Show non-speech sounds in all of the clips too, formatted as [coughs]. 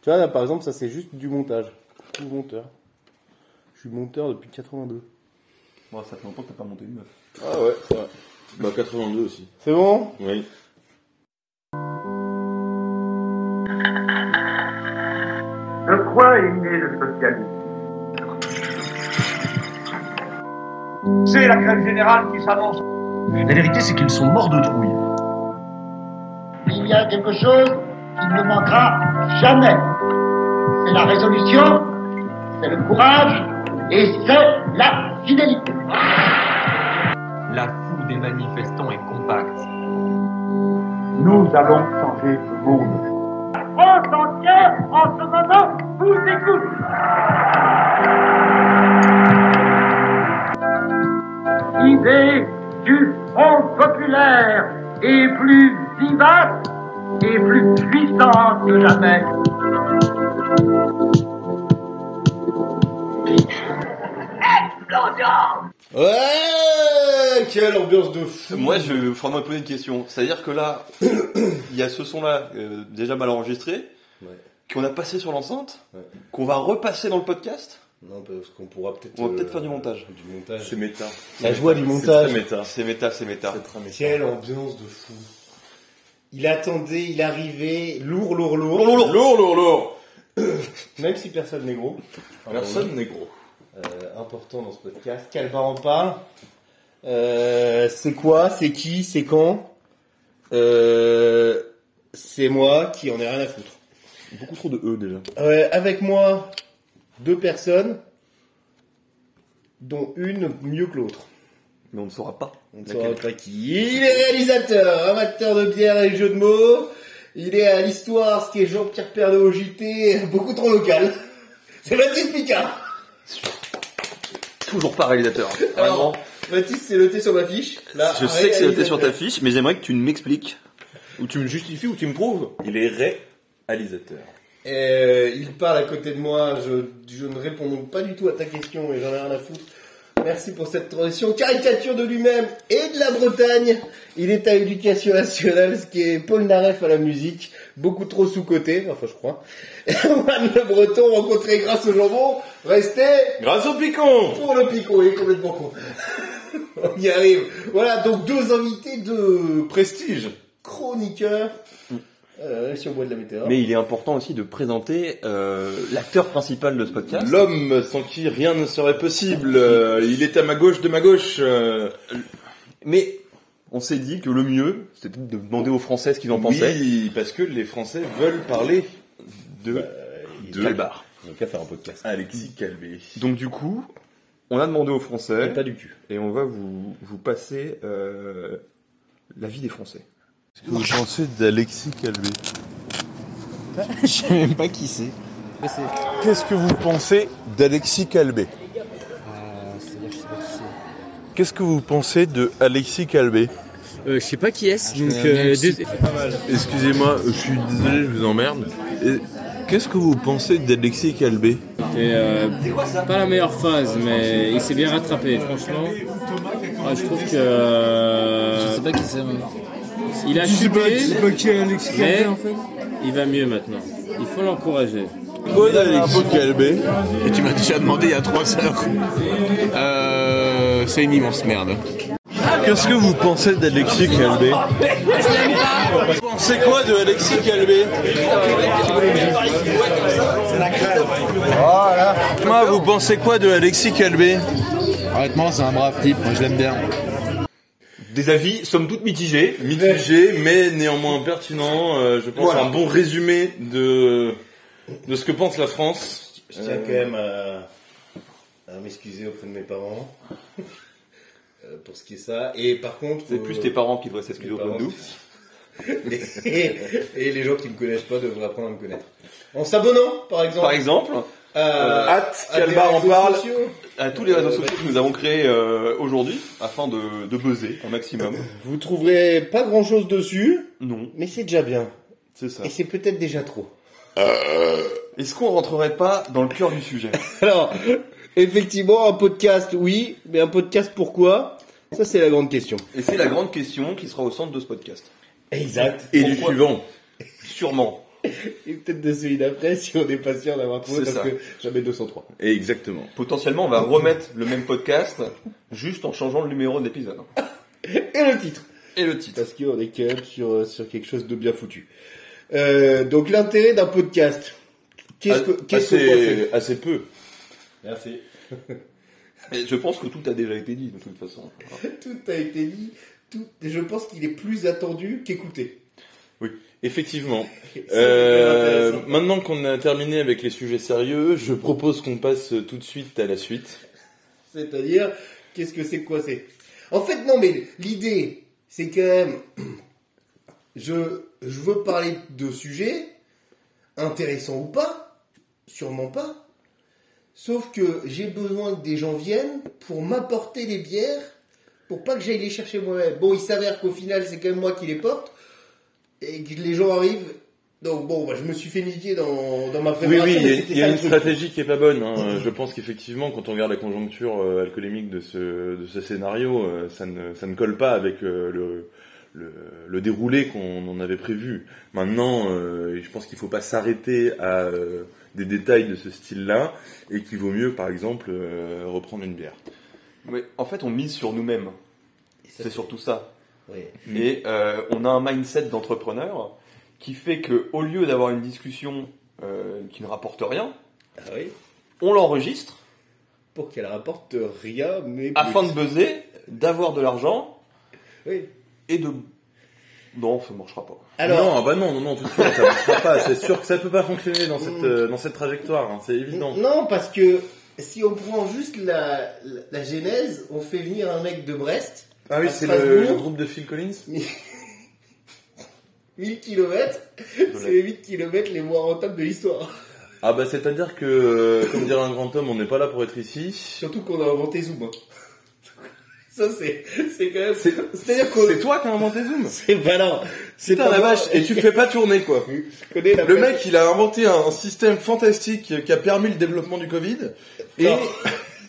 Tu vois, là, par exemple, ça, c'est juste du montage. Tout monteur. Je suis monteur depuis 82. Bon, ça fait longtemps que t'as pas monté une meuf. Ah ouais, c'est vrai. Bah 82 aussi. C'est bon Oui. De quoi est né le socialisme C'est la grève générale qui s'annonce. La vérité, c'est qu'ils sont morts de trouille. Il y a quelque chose qui ne manquera jamais. C'est la résolution, c'est le courage et c'est la fidélité. La foule des manifestants est compacte. Nous allons changer le monde. La France entière, en ce moment, vous écoute. L'idée du Front populaire est plus vivace et plus puissante que jamais. Ouais Quelle ambiance de fou Euh, Moi, je vais vraiment me poser une question. C'est-à-dire que là, [coughs] il y a ce son-là, euh, déjà mal enregistré, Ouais. qu'on a passé sur l'enceinte, Ouais. qu'on va repasser dans le podcast. Non, parce qu'on pourra peut-être... euh, On va peut-être faire du montage. Du montage. C'est méta. La joie du C'est montage. méta, c'est méta, c'est méta. C'est très méta. Ah, Quelle ambiance de fou. Il attendait, il arrivait, lourd, lourd, lourd. Lourd, lourd, lourd, lourd, lourd. Même si personne n'est gros. Ah, bah Personne n'est gros. Euh, important dans ce podcast. Calvar en parle. Euh, c'est quoi C'est qui C'est quand Euh, C'est moi qui en ai rien à foutre. Beaucoup trop de E déjà. Euh, avec moi, deux personnes, dont une mieux que l'autre. Mais on ne saura pas. On ne Laquelle. saura pas qui. Il est réalisateur, amateur de bière et jeux de mots. Il est à l'histoire, ce qui est Jean-Pierre Pernaut au JT, [laughs] beaucoup trop local. C'est Baptiste Picard. Toujours pas réalisateur. Alors, Vraiment. Baptiste, c'est noté sur ma fiche. Là, je sais que c'est noté sur ta réalisateur. fiche, mais j'aimerais que tu m'expliques. Ou tu me justifies ou tu me prouves. Il est réalisateur. Euh, il parle à côté de moi, je, je ne réponds donc pas du tout à ta question et j'en ai rien à foutre. Merci pour cette transition. Caricature de lui-même et de la Bretagne. Il est à éducation nationale, ce qui est Paul Naref à la musique, beaucoup trop sous-côté, enfin je crois. Et [laughs] Juan le Breton rencontré grâce au jambon, resté Grâce au picon pour le picot, il est complètement con. [laughs] On y arrive. Voilà, donc deux invités, deux Prestige chroniqueurs. Euh, si on boit de la météore. Mais il est important aussi de présenter euh, l'acteur principal de ce podcast. L'homme sans qui rien ne serait possible. Euh, il est à ma gauche de ma gauche. euh, Mais on s'est dit que le mieux, c'était de demander aux Français ce qu'ils en pensaient oui, parce que les Français veulent parler Bah, de de Calbar. Donc à faire un podcast. Alexis Calvé. Donc du coup, on a demandé aux Français Pas du cul. et on va vous, vous passer euh, la vie des Français. Vous pensez d'Alexis [laughs] Calvé Je sais Euh, même pas qui c'est. Qu'est-ce que vous pensez d'Alexis Calvé Qu'est-ce que vous pensez de Alexis Calvé Euh, je sais pas qui est-ce, donc euh, dés- Excusez-moi, je suis désolé, je vous emmerde. Et Qu'est-ce que vous pensez d'Alexis Calvé et, euh, pas la meilleure phase, mais il s'est bien rattrapé, franchement. Ah, je trouve que. je sais pas qui c'est. Il a chuté, mais il va mieux maintenant. Il faut l'encourager. Quoi d'Alexis Calvé Tu m'as déjà demandé il y a 3 heures. Euh, c'est une immense merde. Qu'est-ce que vous pensez d'Alexis Calvé Vous pensez quoi de Alexis Calvé Moi, Ah, vous pensez quoi de Alexis Calvé Honnêtement, c'est un brave type, moi je l'aime bien. Des avis, somme toute mitigés. Mitigé, mais néanmoins pertinent. euh, je pense un bon résumé de, de ce que pense la France. Euh, Je Euh, tiens quand même à, à m'excuser auprès de mes parents [laughs] euh, pour ce qui est ça. Et par contre, C'est euh, plus tes parents qui devraient mes s'excuser auprès de nous. parents- [laughs] et, et les gens qui ne me connaissent pas devraient apprendre à me connaître. En s'abonnant, par exemple. Par exemple, Euh, Euh, à, Hâte à des Calbar en réseaux parle. sociaux. à tous les réseaux sociaux que nous avons créés euh, aujourd'hui, afin de, de buzzer un [laughs] maximum. Vous trouverez pas grand chose dessus, Non, mais c'est déjà bien. c'est ça. Et c'est peut-être déjà trop. Est-ce qu'on rentrerait pas dans le cœur du sujet Alors, effectivement, un podcast, oui, mais un podcast pourquoi Ça, c'est la grande question. Et c'est la grande question qui sera au centre de ce podcast. Exact. Et du Pourquoi suivant. Sûrement. Et peut-être de celui d'après si on n'est pas sûr d'avoir trouvé C'est parce ça. que jamais 203. Et exactement. Potentiellement, on va remettre le même podcast juste en changeant le numéro de l'épisode. Et le titre Et le titre. Parce qu'on est quand même sur, euh, sur quelque chose de bien foutu. Euh, donc l'intérêt d'un podcast. Ah, Qu'est-ce que qu'est-ce que vous pensez assez, assez peu. Merci. [laughs] Et je pense que tout a déjà été dit de toute façon. Tout a été dit. Tout, je pense qu'il est plus attendu qu'écouté. Effectivement. Ça, c'est Euh, hyper intéressant. maintenant qu'on a terminé avec les sujets sérieux, je propose qu'on passe tout de suite à la suite. C'est-à-dire, qu'est-ce que c'est quoi c'est En fait, non, mais l'idée, c'est quand même, [clears throat] je, je veux parler de sujets intéressants ou pas, sûrement pas. Sauf que j'ai besoin que des gens viennent pour m'apporter les bières, pour pas que j'aille les chercher moi-même. Bon, il s'avère qu'au final, c'est quand même moi qui les porte, et que les gens arrivent. Donc bon, bah, je me suis fait niquer dans, dans ma Oui, préparation. oui, il y mais a- c'était il y a ça le une truc. stratégie qui est pas bonne. hein. Je pense qu'effectivement, quand on regarde la conjoncture euh, alcoolémique de ce, de ce scénario, euh, ça ne, ça ne colle pas avec euh, le, le, le déroulé qu'on en avait prévu. Maintenant, euh, je pense qu'il faut pas s'arrêter à euh, des détails de ce style-là et qu'il vaut mieux, par exemple, euh, reprendre une bière. Mais en fait, on mise sur nous-mêmes. C'est surtout ça. Oui. Mm. Et euh, on a un mindset d'entrepreneur qui fait que au lieu d'avoir une discussion euh, qui ne rapporte rien, Ah oui. on l'enregistre Pour qu'elle rapporte rien, mais afin plus. de buzzer, d'avoir de l'argent Oui. et de. Non, ça ne marchera pas. Alors, non, ah bah non, non, non, tout de suite, ça marchera pas. C'est sûr que ça peut pas fonctionner dans Mm. cette, euh, dans cette trajectoire, hein, c'est évident. non. parce que si on prend juste la, la, la genèse, on fait venir un mec de Brest, Ah oui, oui, À c'est c'est le- Strasbourg. le le groupe de Phil Collins 1000 [laughs] km, c'est les 8 km les moins rentables de l'histoire. Ah bah c'est-à-dire que, euh, comme dirait un grand homme, on n'est pas là pour être ici. Surtout qu'on a inventé Zoom. hein. [laughs] Ça, c'est, c'est quand même. C'est- C'est-à-dire qu'on. C'est toi qui as inventé Zoom C'est valable. C'est Putain la moi. vache, et tu le fais pas tourner quoi Je connais la Le mec il a inventé un système fantastique qui a permis le développement du Covid. Et... Non. [laughs]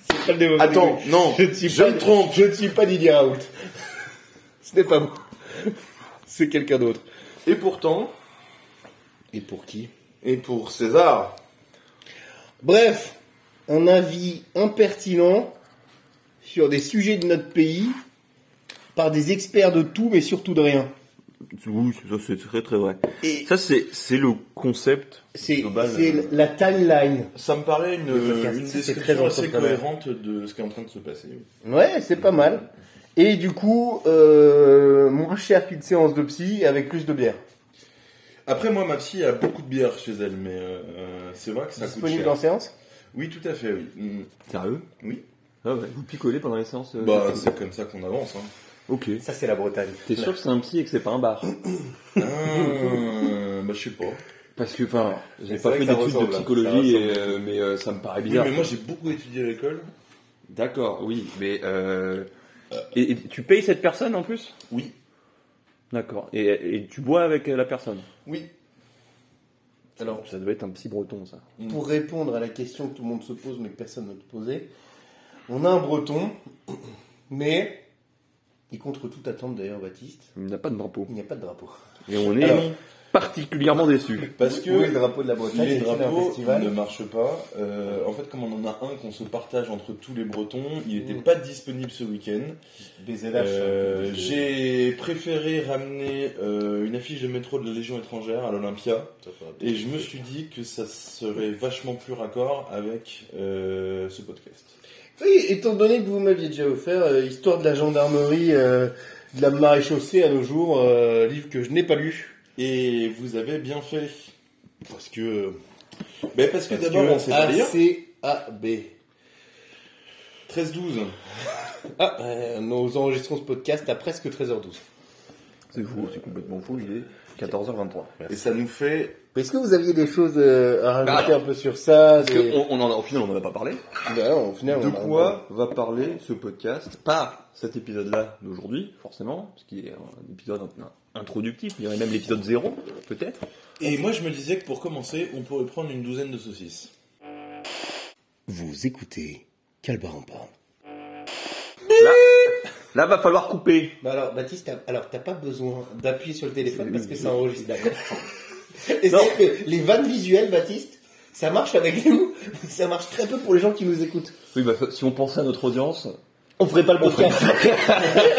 C'est pas le développement Attends, du- non, je ne suis je pas, me trompe. Je ne suis pas Didier Raoult. Ce n'est pas moi. C'est quelqu'un d'autre. Et pourtant... Et pour qui Et pour César Bref, un avis impertinent sur des sujets de notre pays par des experts de tout, mais surtout de rien. Oui, ça c'est très très vrai. Et Ça c'est le concept. c'est global, c'est euh, la timeline. Ça me paraît une, podcast, une c'est description très assez entrepreneur. cohérente de ce qui est en train de se passer. Ouais, c'est pas mal. Et du coup, euh, moins cher qu'une séance de psy avec plus de bière. Après moi ma psy a beaucoup de bière chez elle, mais euh, euh, c'est vrai que ça coûte Disponible cher. en séance Oui tout à fait, oui. Mm. Sérieux Oui. Ah ouais, vous picolez pendant les séances. euh, Bah de- c'est comme ça qu'on avance. [laughs] Hein. Ok. Ça, c'est la Bretagne. T'es sûr que c'est un psy et que c'est pas un bar Ah, bah je sais pas. Parce que, enfin, Mais j'ai pas c'est vrai fait que ça d'études de ressemble, hein. psychologie, Ça et, euh, mais euh, ça me paraît Oui, bizarre. mais moi j'ai beaucoup étudié à l'école. D'accord, oui, mais euh, et, et tu payes cette personne en plus Oui. D'accord. Et, et tu bois avec euh, la personne Oui. Alors, Ça doit être un psy breton, ça. Mm. pour répondre à la question que tout le monde se pose, mais que personne ne te posait, on a un breton, [coughs] mais, et contre toute attente d'ailleurs, Baptiste, Il n'a pas de drapeau. il n'y a pas de drapeau. Et on est Ah. Alors. particulièrement déçus. Parce que Où est le drapeau de la Bretagne les Est-ce qu'il y a un drapeaux festival ne marchent pas. Euh, en fait, comme on en a un qu'on se partage entre tous les Bretons, il n'était Mm. pas disponible ce week-end. BZH. Euh, j'ai préféré ramener euh, une affiche de métro de la Légion étrangère à l'Olympia. Et je me suis dit que ça serait vachement plus raccord avec euh, ce podcast. Oui, étant donné que vous m'aviez déjà offert euh, Histoire de la gendarmerie, euh, de la maréchaussée à nos jours, euh, livre que je n'ai pas lu. Et vous avez bien fait. Parce que... Ben parce que d'abord, on Parce sait que pas lire. ACAB. 13-12. Ah, euh, nous enregistrons ce podcast à presque 13h12. C'est fou, c'est complètement fou. Il est 14h23. Et ça nous fait... Mais Est-ce que vous aviez des choses euh, Ah. à rajouter Bah, un peu sur ça Parce des- qu'on on en a, au final, on n'en a pas parlé. Bah non, au final, De on a- quoi euh, va parler ce podcast Pas cet épisode-là d'aujourd'hui, forcément, parce qu'il est un épisode un- introductif. Il y aurait même l'épisode 0, peut-être. Et moi, je me disais que pour commencer, on pourrait prendre une douzaine de saucisses. Vous écoutez Calbar en parle. Là, va falloir couper. [laughs] Bah alors, Baptiste, t'as- alors t'as pas besoin d'appuyer sur le téléphone parce que ça enregistre. d'accord Et c'est que les vannes visuelles, Baptiste, ça marche avec nous, mais ça marche très peu pour les gens qui nous écoutent. Oui, bah, fa- si on pensait à notre audience, On ferait pas le podcast.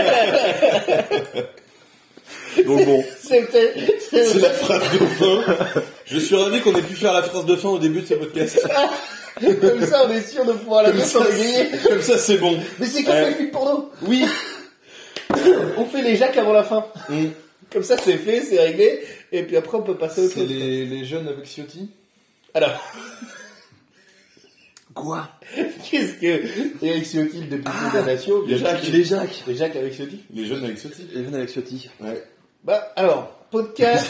[laughs] donc bon, C'était, c'est- C'est la phrase de fin. Je suis ravi qu'on ait pu faire la phrase de fin au début de ce podcast. comme ça, on est sûr de pouvoir la Comme mettre ça, sans bégayer. comme ça, c'est bon. Euh, Mais c'est comme Ouais. les films porno. Oui. [coughs] on fait les jacques avant la fin. Mm. Comme ça, c'est fait, c'est réglé, et puis après, on peut Ah, passer au truc. les, jeunes avec Ciotti Alors. Quoi Qu'est-ce que Eric Ciotti, le député Ah, de la nation, les Jacques- Jacques. les Jacques, les Jacques avec Ciotti Les jeunes avec Ciotti. les jeunes avec Ciotti. Bah alors, [laughs] podcast,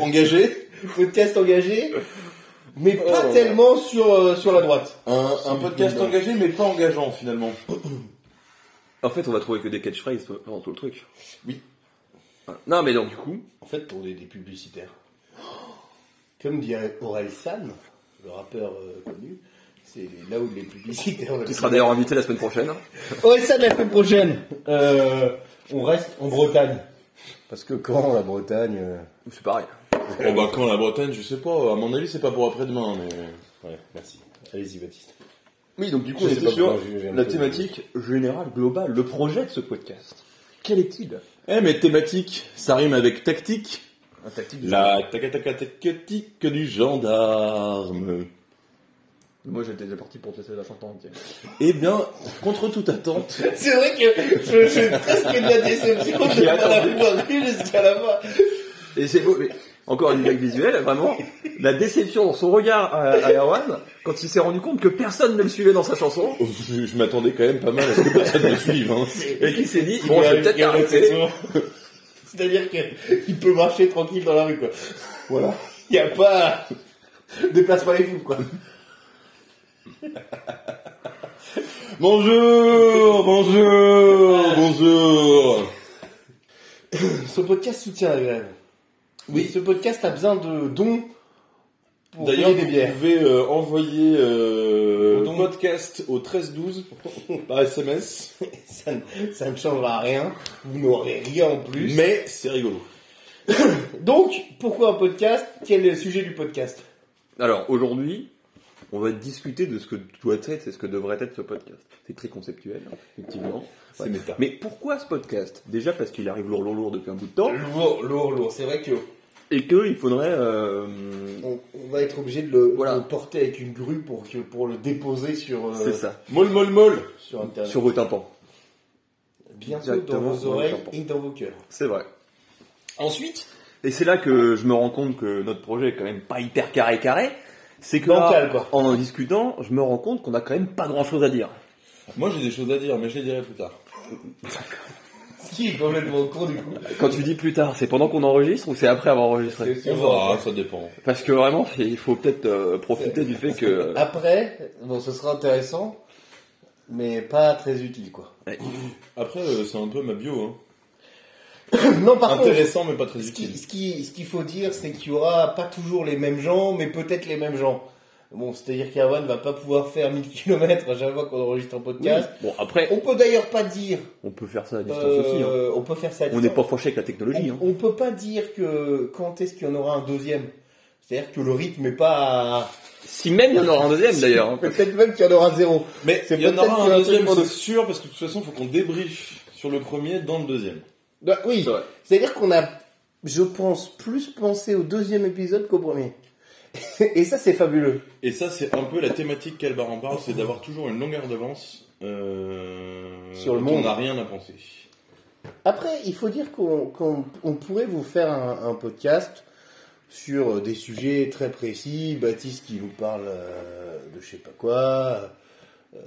Engagés. podcast engagé, mais pas tellement sur euh, sur la droite. Un, un podcast engagé mais pas engageant finalement. En fait, on va trouver que des catchphrases tout- dans tout le truc. Oui. Voilà. Non, mais donc du coup, En fait, pour des, des publicitaires. Comme dit Aurel San, le rappeur euh, connu, c'est là où les publicitaires. qui sera d'ailleurs invité la semaine prochaine, Aurel San la semaine prochaine. Euh, on reste en Bretagne. Parce que quand la Bretagne. euh, c'est pareil. Bon bah quand la Bretagne, je sais pas, à mon avis c'est pas pour après-demain mais... Ouais, merci. Allez-y, Baptiste. Oui, donc du coup, Je on sais était pas sur pourquoi j'ai- j'ai un la peu- thématique générale, globale, le projet de ce podcast. Quel est-il Eh mais thématique, ça rime avec tactique. Un tactique de La tacatacatactique du gendarme. Moi, j'étais déjà parti pour tester la chanson entière. Eh bien, contre toute attente, C'est vrai que je j'ai presque de la déception de pas l'avoir vu jusqu'à la fin. Et c'est beau, mais encore une blague visuelle, vraiment. La déception dans son regard à, à Erwan, quand il s'est rendu compte que personne ne le suivait dans sa chanson, je, je m'attendais quand même pas mal à ce que personne me suive. Hein. et qu'il s'est dit, bon, je vais peut-être arrêter. C'est-à-dire que [laughs] il peut marcher tranquille dans la rue, quoi. Voilà. [laughs] Il n'y a [laughs] pas... Déplace pas les fous, quoi. Bonjour, bonjour, bonjour. [laughs] Ce podcast soutient la grève. Oui. Ce podcast a besoin de dons pour D'ailleurs, payer des vous bières. pouvez euh, envoyer euh, Au don. podcast au [laughs] 1312 par SMS, [laughs] Ça ne, ça ne changera rien. Vous n'aurez rien en plus. mais c'est rigolo. Donc, pourquoi un podcast Quel est le sujet du podcast Alors, aujourd'hui, on va discuter de ce que doit être et ce que devrait être ce podcast. C'est très conceptuel, effectivement. C'est méta. Mais pourquoi ce podcast Déjà parce qu'il arrive lourd, lourd, lourd depuis un bout de temps, Lourd, lourd, lourd. C'est vrai que et qu'il faudrait... euh, on, on va être obligé de le, Voilà. de le porter avec une grue pour, que, pour le déposer sur, euh, c'est ça, Molle, molle, molle. sur Internet. euh, sur vos tympans. Bientôt dans Exactement, vos oreilles dans le et dans vos cœurs. C'est vrai. Ensuite, Et c'est là que je me rends compte que notre projet est quand même pas hyper carré carré. C'est que Bancal, là, quoi. en en discutant, je me rends compte qu'on a quand même pas grand chose à dire. Moi j'ai des choses à dire, mais je les dirai plus tard. ce qui est complètement con du coup. Quand tu dis plus tard, c'est pendant qu'on enregistre ou c'est après avoir enregistré C'est- On verra, Ah, ça dépend. Parce que vraiment, c'est- il faut peut-être euh, profiter du fait que Après, bon, ce sera intéressant, mais pas très utile quoi. Après, euh, c'est un peu ma bio. Hein. non, par contre, Intéressant, mais pas très ce qui- utile. ce qui- ce qu'il faut dire, c'est qu'il y aura pas toujours les mêmes gens, mais peut-être les mêmes gens. Bon, c'est-à-dire qu'Awan va pas pouvoir faire [laughs] 1000 km à chaque fois qu'on enregistre un podcast. bon après, On peut d'ailleurs pas dire. on peut faire ça à distance aussi. hein. euh, on peut faire ça. à On n'est distance. pas fâché avec la technologie. hein. On, on peut pas dire que quand est-ce qu'il y en aura un deuxième. C'est-à-dire que le rythme est pas. Si même il y en aura un [laughs] deuxième d'ailleurs. hein. Peut-être même qu'il y en aura zéro. Mais C'est il y en peut-être aura qu'il y a un un deuxième, truc c'est sûr, parce que de toute façon, faut qu'on débriefe sur le premier dans le deuxième. Bah oui. C'est vrai. C'est-à-dire qu'on a, je pense, plus pensé au deuxième épisode qu'au premier. [laughs] Et ça, c'est fabuleux. Et ça, c'est un peu la thématique qu'Albar en parle, c'est d'avoir toujours une longueur d'avance euh, Sur le quand monde. On n'a rien à penser. Après, il faut dire qu'on qu'on- on pourrait vous faire un, un podcast sur euh, des sujets très précis. Baptiste qui nous parle euh, de je sais pas quoi. euh,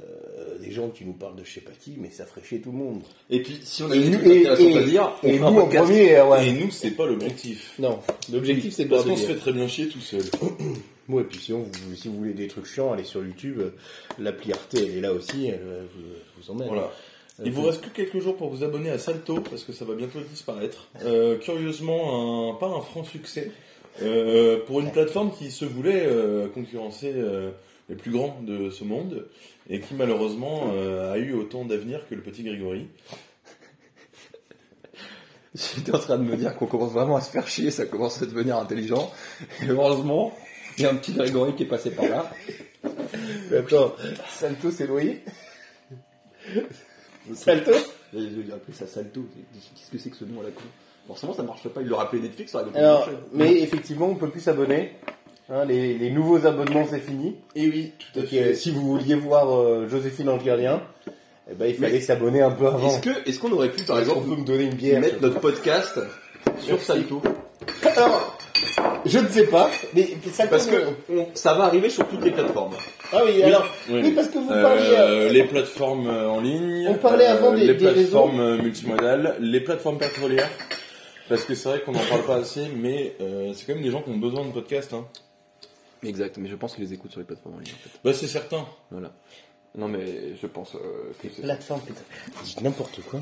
des gens qui nous parlent de je sais pas qui, mais ça ferait chier tout le monde. Et puis si on a Et des nous- trucs et- intéressants et- à dire, on Et fait nous un en podcast. premier, euh, Et ouais. nous, c'est pas l'objectif. Non, l'objectif c'est de Parce boire qu'on des se fait bières. très bien chier tout seul. Bon, et puis si, on- vous, si vous voulez des trucs chiants, allez sur YouTube. euh, L'appli Arte, elle est là aussi, elle euh, vous, vous emmène. Voilà. Euh, Il vous reste que quelques jours pour vous abonner à Salto parce que ça va bientôt disparaître. Euh, curieusement, un, pas un franc succès euh, pour une plateforme qui se voulait euh, concurrencer euh, les plus grands de ce monde et qui malheureusement euh, a eu autant d'avenir que le petit Grégory. j'étais en train de me dire qu'on commence vraiment à se faire chier, ça commence à devenir intelligent. Et heureusement, il y a un petit Grégory qui est passé par là. Mais Attends, Salto, c'est [laughs] Loyer Salto Il a appelé ça Salto. Qu'est-ce que c'est que ce nom à la con Forcément, ça marche pas. Il leur a appelé Netflix, ça aurait dû Alors, marcher. mais effectivement, on peut plus s'abonner. Hein, les, les nouveaux abonnements, c'est fini. Eh Et oui, tout à Donc, fait. euh, si vous vouliez voir euh, Joséphine Ange Gardien, eh ben, il fallait s'abonner un peu avant. Est-ce que, est-ce qu'on aurait pu, par Est-ce qu'on exemple, peut me donner une bière mettre notre podcast sur Merci. Salto Alors, je ne sais pas, mais ça Parce que compte- on- ça va arriver sur toutes les plateformes. Ah oui, alors, oui, oui. parce que vous parliez... Euh, euh, les plateformes euh, en ligne, On parlait avant des- les des plateformes euh, multimodales, les plateformes pétrolières, parce que c'est vrai qu'on n'en parle pas assez, mais euh, c'est quand même des gens qui ont besoin de podcasts. Hein. Exact, mais je pense qu'ils les écoutent sur les plateformes en ligne. en fait. Bah c'est certain. Voilà. Non, mais je pense euh, que c'est. Plateforme, putain. Je dis n'importe quoi.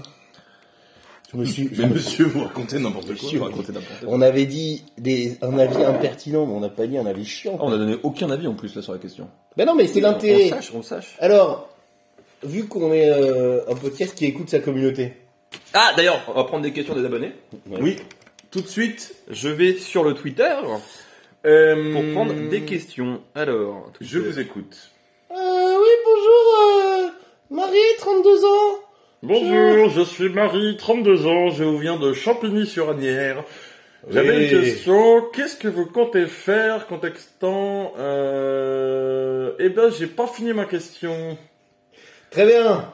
Je me suis, mais monsieur, vous racontez n'importe quoi. Sur un côté n'importe quoi. On avait dit des, un avis impertinent, mais on n'a pas dit un avis chiant. Ah, On a donné aucun avis en plus là sur la question. Ben non, mais c'est On l'intérêt. sache, on sache. Alors, vu qu'on est euh, un podcast qui écoute sa communauté. Ah, d'ailleurs, on va prendre des questions des abonnés. Oui. Tout de suite, je vais sur le Twitter Euh, pour prendre des questions. Alors, Je vous écoute. Euh, oui, bonjour, euh, Marie, 32 ans. Bonjour, je suis Marie, 32 ans, je vous viens de Champigny-sur-Anière. J'avais Oui. une question, qu'est-ce que vous comptez faire contextant... Euh... Eh ben, j'ai pas fini ma question. Très bien.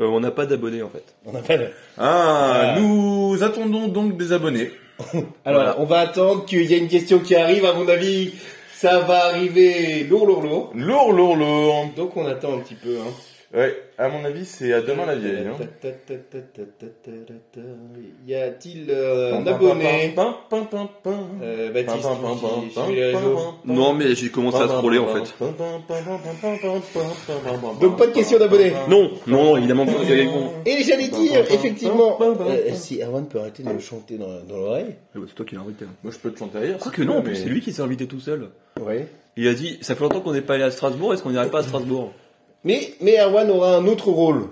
Euh, on n'a pas d'abonnés en fait. Euh. On appelle. Ah, Ah. nous attendons donc des abonnés. Alors, on va attendre qu'il y ait une question qui arrive. À mon avis, ça va arriver lourd, lourd, lourd. Lourd, lourd, lourd. Donc, on attend un petit peu. Hein. Ouais, à mon avis, c'est à demain la vieille. Hein. Y a-t-il euh, un abonné Pin, pin, pin, pin. euh, Pin, Baptiste pin, pin, qui pin, suit les pin, réseaux. pin, pin. Non, mais j'ai commencé à scroller en fait. Donc, pas de question d'abonnés. Non, non, évidemment pas. Ouais, Et j'allais dire, effectivement, euh, si Erwan peut arrêter de me chanter dans, dans l'oreille. bah, C'est toi qui l'as invité. Moi, je peux te chanter ailleurs. Quoi que non, en plus, c'est lui qui s'est invité tout seul. Oui. Il a dit, ça fait longtemps qu'on n'est pas allé à Strasbourg, est-ce qu'on n'irait pas à Strasbourg Mais, mais Erwan aura un autre rôle.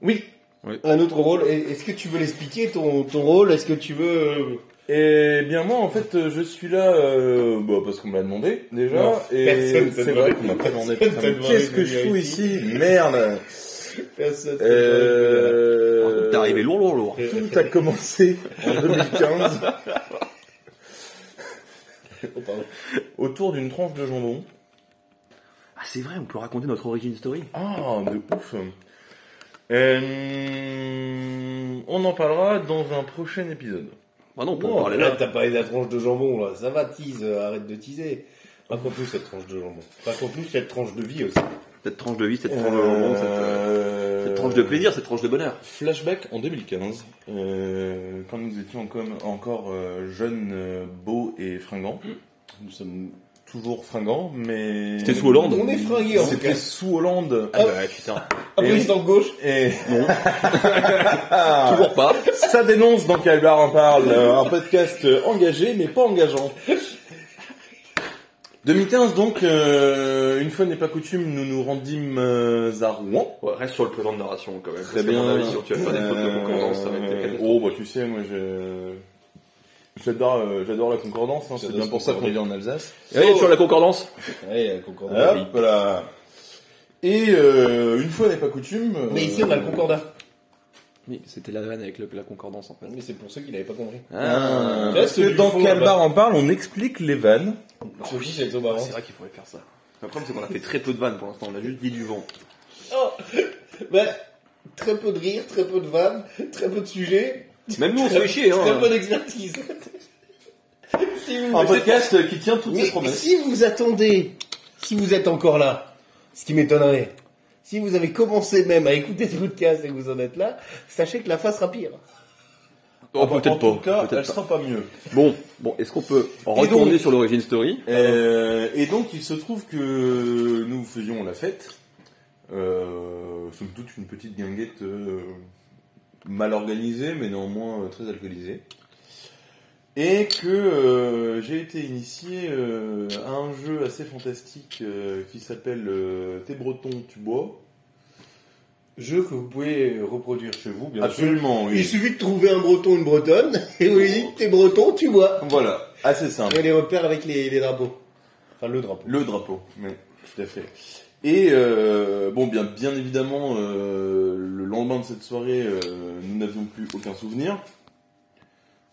Oui. Un autre rôle. Et- Est-ce que tu veux l'expliquer, ton, ton rôle Est-ce que tu veux... euh, Eh bien, moi, en fait, euh, je suis là euh, bah, parce qu'on me l'a demandé déjà. Non, personne et te c'est demande. vrai qu'on m'a pas demandé. Personne putain, te mais demande Qu'est-ce de que venir je fous ici. ici Merde. faire ça Par contre, Euh... T'es arrivé lourd, lourd, lourd. Tout a commencé en 2015. Oh, Autour d'une tranche de jambon. Ah, c'est vrai, on peut raconter notre origin story. Ah, de ouf. Euh, on en parlera dans un prochain épisode. Ah non, on peut en Non, euh, parler Oh, là, là. t'as parlé de la tranche de jambon, là. Ça va, tease, euh, arrête de teaser. Raconte-nous cette tranche de jambon. Raconte-nous cette tranche de vie aussi. Cette tranche de vie, cette tranche de romance, cette, euh, Euh, cette tranche de plaisir, cette tranche de bonheur. Flashback en 2015, euh, quand nous étions encore, encore euh, jeunes, euh, beaux et fringants. Mm. Nous sommes toujours fringants, mais... C'était sous Hollande. On est fringués, en tout cas. C'était sous Hollande. Ah bah putain. Après, Et- ils sont en gauche. [laughs] Et... Toujours Ah. pas. Ça dénonce dans quel bar on parle, euh, un podcast euh, engagé mais pas engageant. 2015 donc, euh, une fois n'est pas coutume, nous nous rendîmes euh, à Rouen. Ouais, reste sur le présent de narration quand même. Très Parce qu'à mon avis, si tu vas faire des fautes de concordance, ça va être Euh, catastrophique. Oh bah tu sais, moi je... J'adore, euh, j'adore la concordance, hein, c'est bien pour ça qu'on vit en Alsace. Oh. Et allez, sur la concordance. Ouais, concordat. Hop là. Et euh, une fois n'est pas coutume. euh, Mais ici, on a le concordat. Oui, c'était la vanne avec le- la concordance en fait. Mais c'est pour ceux qui l'avaient pas compris. Ah, Là, parce c'est que du dans faux, quel là-bas. bar on parle, on explique les vannes. Je fiche avec ton baron. C'est vrai qu'il faudrait faire ça. Le problème, c'est qu'on a fait très peu de vannes pour l'instant. On a juste dit du vent. Bah, très peu de rire, très peu de vannes, très peu de sujets, Même nous, on se fait chier. très Hein. peu d'expertise. [laughs] si vous, Un podcast qui tient toutes Mais ses promesses. si vous attendez, si vous êtes encore là, ce qui m'étonnerait, si vous avez commencé même à écouter ce podcast et que vous en êtes là, sachez que la face sera pire. Oh, Ah bah, peut-être en pas. tout cas, elle peut-être pas. sera pas mieux. Bon, bon, est-ce qu'on peut retourner sur l'origin story Euh, et donc, il se trouve que nous faisions la fête. Euh, somme toute, une petite guinguette euh, mal organisée, mais néanmoins euh, très alcoolisée. Et que euh, j'ai été initié euh, à un jeu assez fantastique euh, qui s'appelle euh, T'es breton, tu bois. Jeu que vous pouvez reproduire chez vous, bien sûr. Oh. Absolument, Ah, Il oui. suffit de trouver un breton, une bretonne, [laughs] et on lui dit t'es breton, tu vois. Voilà, assez simple. Et les repères avec les, les drapeaux. Enfin, le drapeau. Le drapeau, oui, tout à fait. Et euh, bon, bien, bien évidemment, euh, le lendemain de cette soirée, euh, nous n'avions plus aucun souvenir.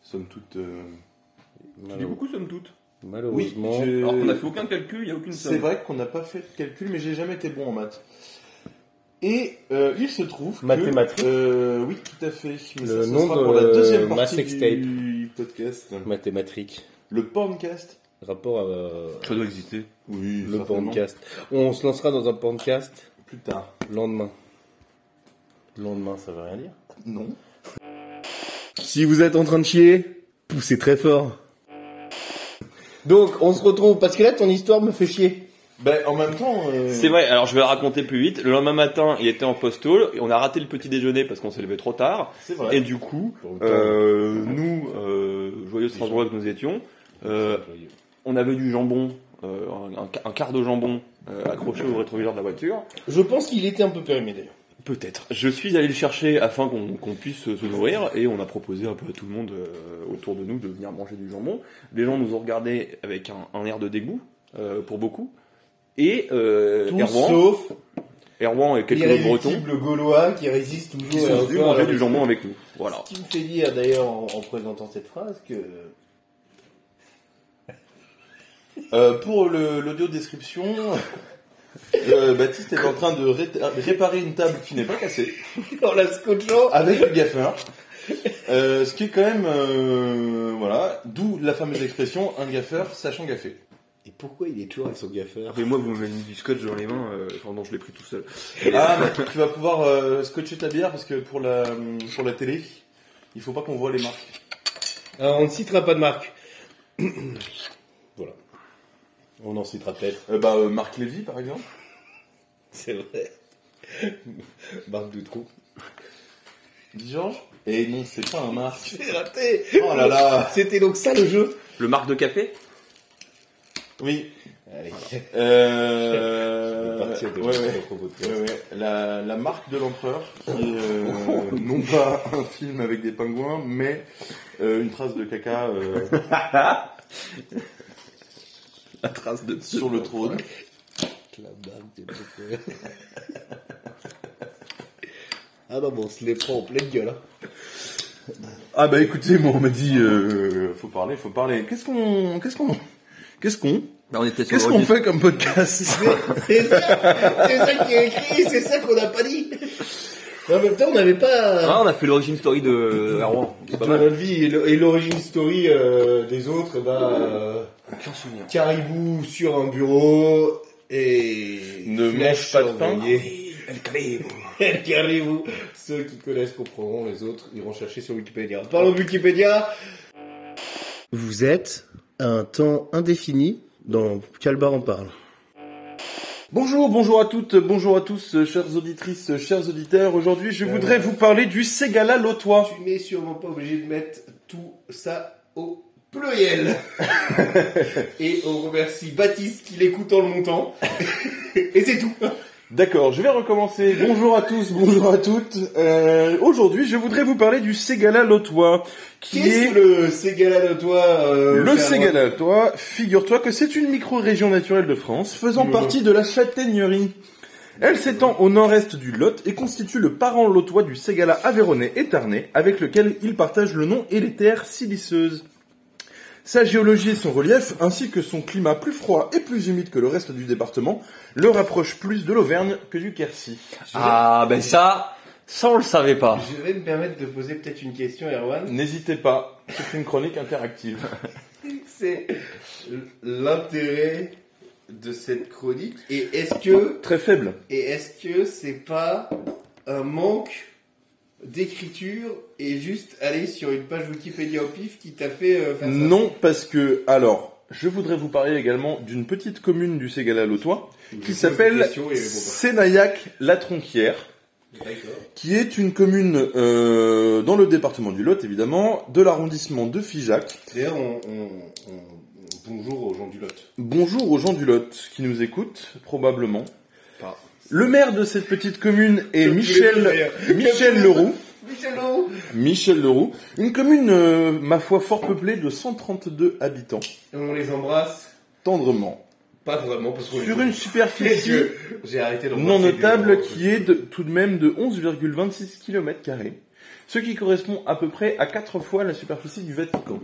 Somme toute. euh, Tu dis beaucoup, somme toute. Malheureusement. Oui, Alors qu'on a fait aucun calcul, il n'y a aucune C'est somme. vrai qu'on n'a pas fait de calcul, mais j'ai jamais été bon en maths. Et euh, il se trouve que- Mathématiques. euh, oui, tout à fait. Mais Le ça, ce nom sera de pour la deuxième ma partie sextape. du podcast. Mathématiques. Le porncast. Rapport à euh, Ça doit exister. Oui, le podcast. On se lancera dans un podcast Plus tard. lendemain. Lendemain, ça veut rien dire. Non. Si vous êtes en train de chier, poussez très fort. Donc, on se retrouve, parce que là, ton histoire me fait chier. Ben, en même temps. euh, C'est vrai, alors je vais la raconter plus vite. Le lendemain matin, il était en postole et on a raté le petit déjeuner parce qu'on s'est levé trop tard. C'est vrai. Et du coup, euh, nous, euh, joyeux Strasbourg que nous étions, euh, on avait du jambon, euh, un, un quart de jambon euh, accroché au rétroviseur de la voiture. Je pense qu'il était un peu périmé, d'ailleurs. Peut-être. Je suis allé le chercher afin qu'on qu'on puisse se nourrir et on a proposé un peu à tout le monde euh, autour de nous de venir manger du jambon. Les gens nous ont regardés avec un, un air de dégoût euh, pour beaucoup. Et euh, Tout Erwan, sauf Erwan et quelques autres Bretons l'irréductible gaulois qui résiste toujours qui à sont un venus corps manger à la du jambon avec nous. Voilà. Ce qui me fait dire d'ailleurs en, en présentant cette phrase que [laughs] Euh, pour le- l'audio description, [laughs] euh, Baptiste est en train de ré- réparer une table qui n'est pas cassée dans la scotchant avec le gaffeur. Euh, ce qui est quand même euh, voilà, d'où la fameuse expression un gaffeur sachant gaffer. Et pourquoi il est toujours avec son gaffeur Et moi, vous m'avez mis du scotch dans les mains, euh, enfin non, je l'ai pris tout seul. Ah, mais tu vas pouvoir euh, scotcher ta bière parce que pour la pour la télé, il faut pas qu'on voit les marques. Alors Euh, on ne citera pas de marque. voilà. On en citera peut-être. Euh, bah euh, Marc Lévy par exemple. C'est vrai. marque de trou. Dis Georges. Et non, c'est pas un Marc. J'ai raté Oh là là. C'était donc ça le jeu Le marque de café Oui. Allez, Euh... partir de ouais, ouais. propos de Ouais, ouais. La, la marque de l'empereur, qui est euh, non pas un film avec des pingouins, mais euh, une trace de caca euh, La trace de... sur le trône. La marque de trou. Ah non, bon, on se les prend en pleine gueule. hein. Ah bah écoutez, moi on m'a dit, euh, faut parler, faut parler. Qu'est-ce qu'on, qu'est-ce qu'on, qu'est-ce qu'on, Bah, on était qu'est-ce qu'on fait comme podcast C'est ça, c'est ça qui est écrit, c'est ça qu'on n'a pas dit. Mais en même temps, on n'avait pas. Ah, on a fait l'origine story de euh, Erwan. C'est pas Dans mal. notre vie et le- et l'origine story euh, des autres, eh ben, euh, caribou sur un bureau et Ne mange flèche pas de pain. Ah surveillée. [laughs] El caribou. Ceux qui connaissent comprendront, les autres iront chercher sur Wikipédia. Parlons de Wikipédia. Vous êtes à un temps indéfini dans Calbar en parle. Bonjour, bonjour à toutes, bonjour à tous, euh, chères auditrices, euh, chers auditeurs. Aujourd'hui, je Euh. voudrais vous parler du Ségala Lotois. Tu n'es sûrement pas obligé de mettre tout ça au [laughs] pluriel. Et on remercie Baptiste qui l'écoute en le [laughs] montant. Et c'est tout. D'accord, je vais recommencer. Bonjour à tous, bonjour à toutes. Euh, Aujourd'hui, je voudrais vous parler du Ségala Lotois, qui Qu'est-ce est que le Ségala de toi euh, le Charles Ségala Lotois. Figure-toi que c'est une micro-région naturelle de France, faisant partie de la Châtaignerie. Elle s'étend au nord-est du Lot et constitue le parent lotois du Ségala Aveyronais et Tarnais, avec lequel il partage le nom et les terres siliceuses. Sa géologie et son relief, ainsi que son climat plus froid et plus humide que le reste du département, le rapprochent plus de l'Auvergne que du Quercy. Ah, ben ça, ça on le savait pas. Je vais me permettre de poser peut-être une question, Erwan. N'hésitez pas, c'est une chronique interactive. C'est l'intérêt de cette chronique. Et est-ce que Très faible. et est-ce que c'est pas un manque d'écriture et juste aller sur une page Wikipédia au pif qui t'a fait euh, faire ça Non, parce que, alors, je voudrais vous parler également d'une petite commune du Ségala lotois qui s'appelle Sénayac-la-Tronquière, bah, qui est une commune euh, dans le département du Lot, évidemment, de l'arrondissement de Figeac. D'ailleurs, on, on- on- bonjour aux gens du Lot. Bonjour aux gens du Lot qui nous écoutent, probablement. Pas. Le maire de cette petite commune est Michel, Michel Leroux. Michel Leroux. Une commune, euh, ma foi, fort peuplée de 132 habitants, Et On les embrasse. tendrement. Pas vraiment, parce qu'on Sur une les superficie yeux. J'ai arrêté d'embrasser euh, non les gens. notable qui est de- tout de même de 11,26 km, ce qui correspond à peu près à 4 fois la superficie du Vatican.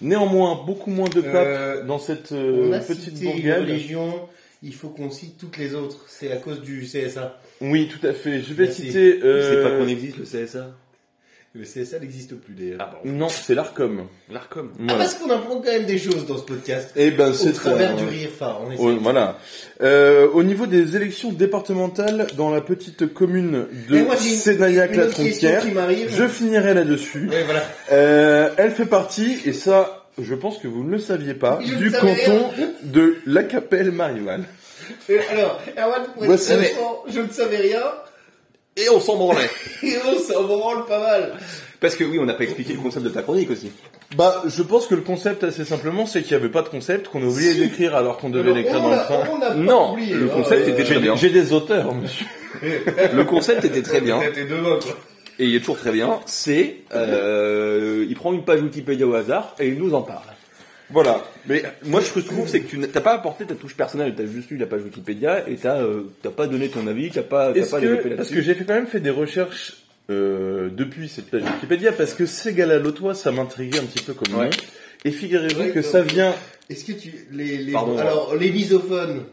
Néanmoins, beaucoup moins de papes Euh, dans cette euh, On a petite cité une bourgade. religion, il faut qu'on cite toutes les autres. C'est à cause du CSA. Oui, tout à fait. Je vais Merci. citer... euh, C'est pas qu'on existe le CSA. Le CSA n'existe plus d'ailleurs. Ah, Non, c'est l'ARCOM. L'ARCOM. Voilà. parce qu'on apprend quand même des choses dans ce podcast. Eh ben, Au c'est travers un- du rire phare, on essaie. Oh, voilà. Euh, au niveau des élections départementales dans la petite commune Mais de Eh, moi, j'ai une- Une autre question Sénaillac-la-Frontière, qui m'arrive. je finirai là-dessus. Ouais, voilà. Euh, elle fait partie, et ça, je pense que vous ne le saviez pas, Je du ne savais canton de La Capelle Marival. Euh, Alors, Erwan, pour être Voici très mes- franc, je ne savais rien. Et on s'en branlait. [laughs] Et on s'en branle pas mal. Parce que oui, on n'a pas expliqué le concept de ta chronique aussi. Bah, je pense que le concept, assez simplement, c'est qu'il n'y avait pas de concept, qu'on a oublié Si. d'écrire alors qu'on devait Alors, l'écrire on dans le Euh, l'a- train. on l'a pas Non, oublié, le hein. concept était très bien. J'ai des auteurs, monsieur. Le concept était très bien. T'as tes deux mains, quoi. Et il est toujours très bien. C'est, euh, il prend une page Wikipédia au hasard et il nous en parle. Voilà. Mais moi, ce que je trouve, c'est que tu n'as t'as pas apporté ta touche personnelle. T'as juste lu la page Wikipédia et t'as euh, t'as pas donné ton avis, t'as pas, t'as Est-ce pas que, développé parce là-dessus. que j'ai fait quand même fait des recherches euh, depuis cette page Wikipédia, parce que Ségala Lotois, ça m'intriguait un petit peu comme Ouais. nom. Et figurez-vous Ouais, que donc- ça vient... Est-ce que tu. Les, les... Pardon. Alors, les misophones,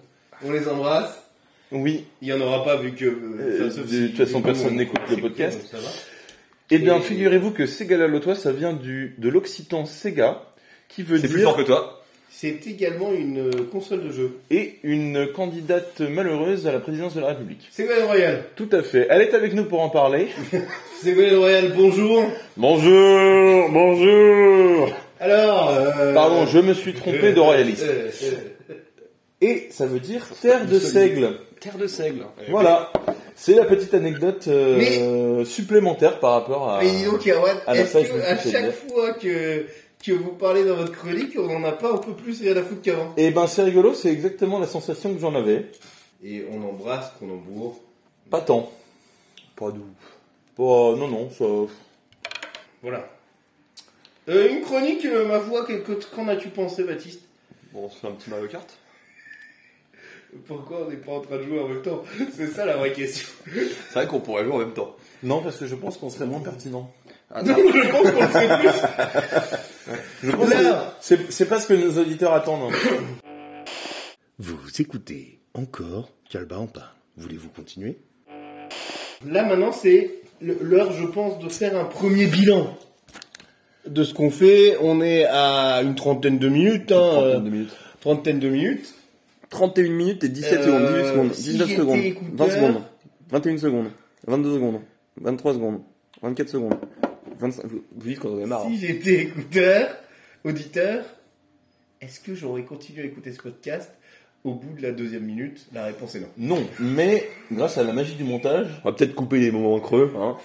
on les embrasse. Oui. Il n'y en aura pas vu que. Euh, enfin, sauf si- de toute façon, personne on- n'écoute le c'est- euh, podcast. ça va. Eh bien, Et- figurez-vous que Ségala Lotois, ça vient du, de l'occitan Sega, qui veut c'est dire... plus fort que toi. C'est également une euh, console de jeu. et une candidate malheureuse à la présidence de la République. Ségolène Royal. Tout à fait. Elle est avec nous pour en parler. Ségolène Royal, bonjour. Bonjour, bonjour. Alors. euh, Pardon, je me suis trompé de euh, royaliste. euh, euh, Et ça veut dire terre de seigle. Terre de seigle. Voilà. C'est la petite anecdote euh, supplémentaire par rapport à. Mais dis donc, Erwan, Ah, à la est-ce page que à Wikipédia. chaque fois que, que vous parlez dans votre chronique, on n'en a pas un peu plus rien à foutre qu'avant Et ben c'est rigolo, c'est exactement la sensation que j'en avais. Et on embrasse qu'on embourre. Pas tant. Pas doux. Oh non non, ça. Voilà. Euh, une chronique, euh, ma voix, que- que- qu'en as-tu pensé, Baptiste Bon, on se fait un petit Mario Kart. Pourquoi on n'est pas en train de jouer en même temps C'est ça la vraie [laughs] question. C'est vrai qu'on pourrait jouer en même temps. Non parce que je pense qu'on serait moins pertinent. Ah, Non, je pense qu'on le sait plus. Je pense que Là. c'est c'est pas ce que nos auditeurs attendent. hein. Vous écoutez encore Calba en parle. Voulez-vous continuer Là, maintenant, c'est le- l'heure, je pense, de faire un premier bilan de ce qu'on fait. On est à une trentaine de minutes. Hein, euh, minutes. trentaine de minutes. 31 minutes et Euh, 17 secondes, 18 secondes, si 19 j'étais secondes, écouteur- 20 secondes, 21 secondes, 22 secondes, 23 secondes, 24 secondes, 25... Vous vous dites qu'on en est Ah. marre. hein. Si j'étais écouteur, auditeur, est-ce que j'aurais continué à écouter ce podcast au bout de la deuxième minute La réponse est non. Non, mais grâce à la magie du montage, On va peut-être couper les moments creux. Hein.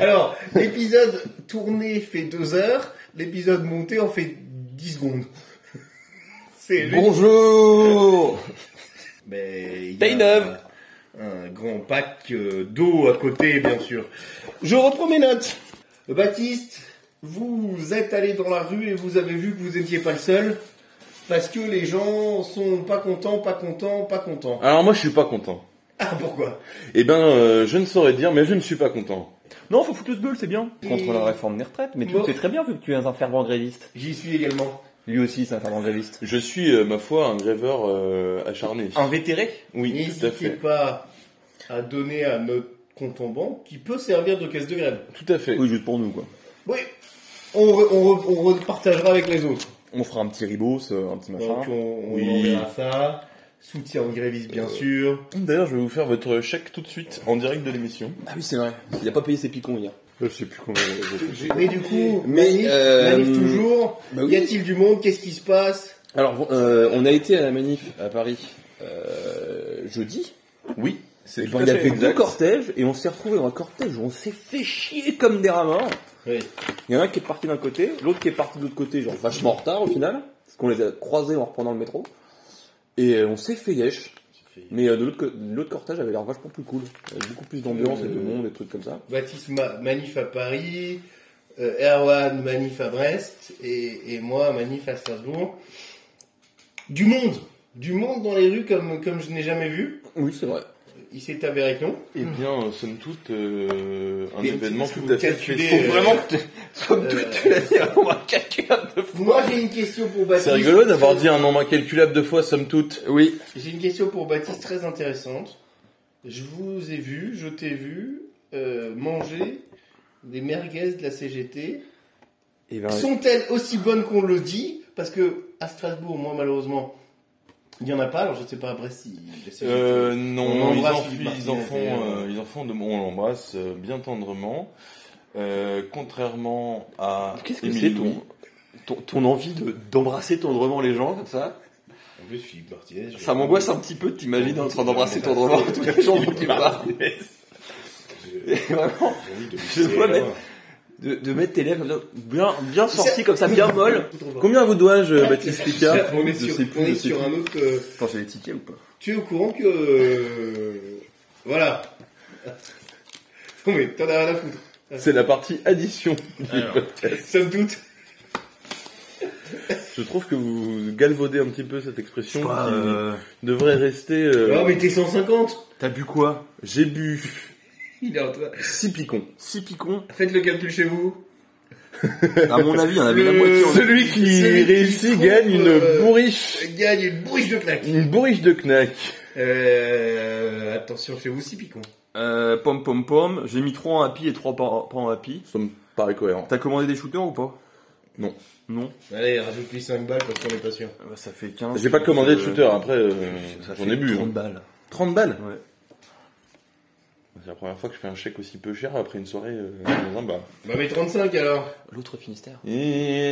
Alors, l'épisode tourné fait deux heures, l'épisode monté en fait 10 secondes. [laughs] C'est juste- [laughs] bonjour Mais il y a Taille neuve. Un grand pack euh, d'eau à côté, bien sûr. Je reprends mes notes. Baptiste, vous êtes allé dans la rue et vous avez vu que vous n'étiez pas le seul. Parce que les gens sont pas contents, pas contents, pas contents. Alors moi je suis pas content. Ah, pourquoi Eh ben euh, je ne saurais dire, mais je ne suis pas content. Non, faut foutre ce bulle, c'est bien. Contre la réforme des retraites, mais tu Bon. le sais très bien vu que tu es un fervent gréviste. J'y suis également. Lui aussi, c'est un fervent gréviste. Je suis euh, ma foi un grèveur euh, acharné. Un vétéré Oui, tout à N'hésitez fait. pas à donner à notre compte en banque qui peut servir de caisse de grève. Tout à fait. Oui, juste pour nous, quoi. Oui, on, re- on re- on repartagera avec les autres. On fera un petit ribos, euh, un petit machin. Donc on, on Oui. Euh, enverra ça. Soutien aux grévistes, bien sûr. D'ailleurs, je vais vous faire votre chèque tout de suite en direct de l'émission. Ah oui, c'est vrai. Il a pas payé ses picons hier. Je sais plus combien. Mais du coup, Mais, manif, euh, manif toujours. bah oui. Y a-t-il du monde Qu'est-ce qui se passe Alors, euh, on a été à la manif à Paris euh, jeudi. Oui, c'est Et tout ben, à il y fait avait deux exact. cortèges et on s'est retrouvés dans un cortège où on s'est fait chier comme des rameurs. Oui. Il y en a un qui est parti d'un côté, l'autre qui est parti de l'autre côté, genre vachement en retard au final, parce qu'on les a croisés en reprenant le métro. Et euh, on s'est fait yèche. fait. Mais euh, de l'autre co- l'autre cortège avait l'air vachement plus cool. Avec beaucoup plus d'ambiance et Euh. de monde, des trucs comme ça. Baptiste Ma- Manif à Paris, euh, Erwan Manif à Brest et, et moi Manif à Strasbourg. Du monde, du monde dans les rues comme, comme je n'ai jamais vu. Oui, c'est vrai. Il s'est avéré que non. Eh bien, euh, somme toute, euh, un Mais événement tout vous à fait calculez, [laughs] festif. euh, Vraiment, que t'es- somme toute, euh, tu l'as [laughs] dit à moi quelqu'un de fou. Moi j'ai une question pour Baptiste. C'est rigolo d'avoir dit un nombre incalculable de fois, somme toute. Oui. J'ai une question pour Baptiste très intéressante. Je vous ai vu, je t'ai vu euh, manger des merguez de la CGT. Et ben, Sont-elles aussi bonnes qu'on le dit Parce que à Strasbourg, moi malheureusement, il n'y en a pas. Alors je ne sais pas à Brest si la CGT- Euh, non, On non, ils, embrasse en, Philippe ils en Martinez, font, d'ailleurs. euh, ils en font de bon, on l'embrasse euh, bien tendrement. Euh, contrairement à Ah, Qu'est-ce que Émile c'est Louis. ton, ton, ton envie de- d'embrasser tendrement les gens comme ça En plus, Philippe Martinez. je- Ça m'angoisse un petit peu, t'imagines, en train d'embrasser tendrement [laughs] tous les gens [laughs] dont tu parles. Et vraiment, je vois mettre, de, de mettre tes lèvres comme ça, bien, bien sorties comme ça, bien molles. Combien vous dois-je, Baptiste Picard On est Je sur, sais plus, on est je sais sur plus. un autre. euh, Attends, j'ai les tickets ou pas tu es au courant que euh, voilà. [laughs] Non mais t'en as rien à foutre. C'est la partie addition. Somme toute. Je trouve que vous galvaudez un petit peu cette expression qui devrait rester. euh, Non mais t'es 150. T'as bu quoi J'ai bu Il est en train. 6 picons. 6 picons. Faites le calcul chez vous. À mon avis, on [laughs] avait la Le- moitié. en- Celui qui Celui qui réussit trouve, gagne une euh, bourriche. gagne une bourriche de claques. Une bourriche de knack. Euh, attention, chez vous, si piquant. Euh, pom pom pom, j'ai mis 3 en happy et 3 pas pas en happy. Ça me paraît cohérent. T'as commandé des shooters ou pas Non. Non Allez, rajoute-lui 5 balles parce qu'on est pas sûr. Ah bah, Ça fait 15. J'ai pas commandé de euh, shooter, après euh, ça j'en fait ai bu. 30 hein. balles. 30 balles Ouais. C'est la première fois que je fais un chèque aussi peu cher après une soirée euh, dans un bar. Bah, mais 35 alors. L'autre Finistère. C'est-à-dire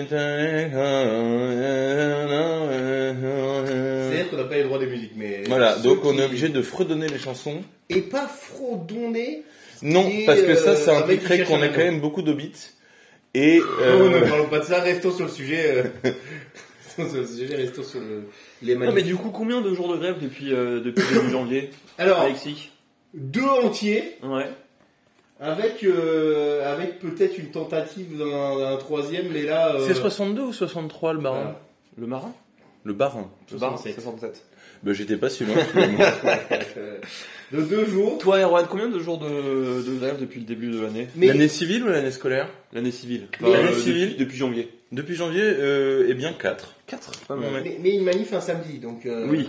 qu'on n'a pas les droits des musiques, mais. Euh. Voilà, ceux donc qui- on est obligé de fredonner les chansons. Et pas fraudonner. Non, Et, parce que ça, ça euh, un mec qui impliquerait cherche qu'on un a quand anneau. même beaucoup d'obits. Et Non, euh, ne parlons Oh, pas de ça, restons sur le sujet. euh, [laughs] restons sur le sujet, restons sur le- les Non mais manifs. du coup, combien de jours de grève depuis, euh, depuis début janvier Alors, Alexis deux entiers, Ouais. avec, euh, avec peut-être une tentative d'un d'un troisième, mais là. euh, c'est 62 ou 63 le barin voilà. Le marin Le barin. Le barin, 67. 67. Bah, j'étais pas si loin. finalement. Euh, de deux jours. Toi, Erwan, combien de jours de, de grève depuis le début de l'année Mais- L'année civile ou l'année scolaire L'année civile. Mais- Enfin, L'année Euh, depuis- civile depuis janvier. Depuis janvier, euh, eh bien 4. 4 Pas mal. Ah, Mais, mais une manif un samedi, donc. euh, Oui.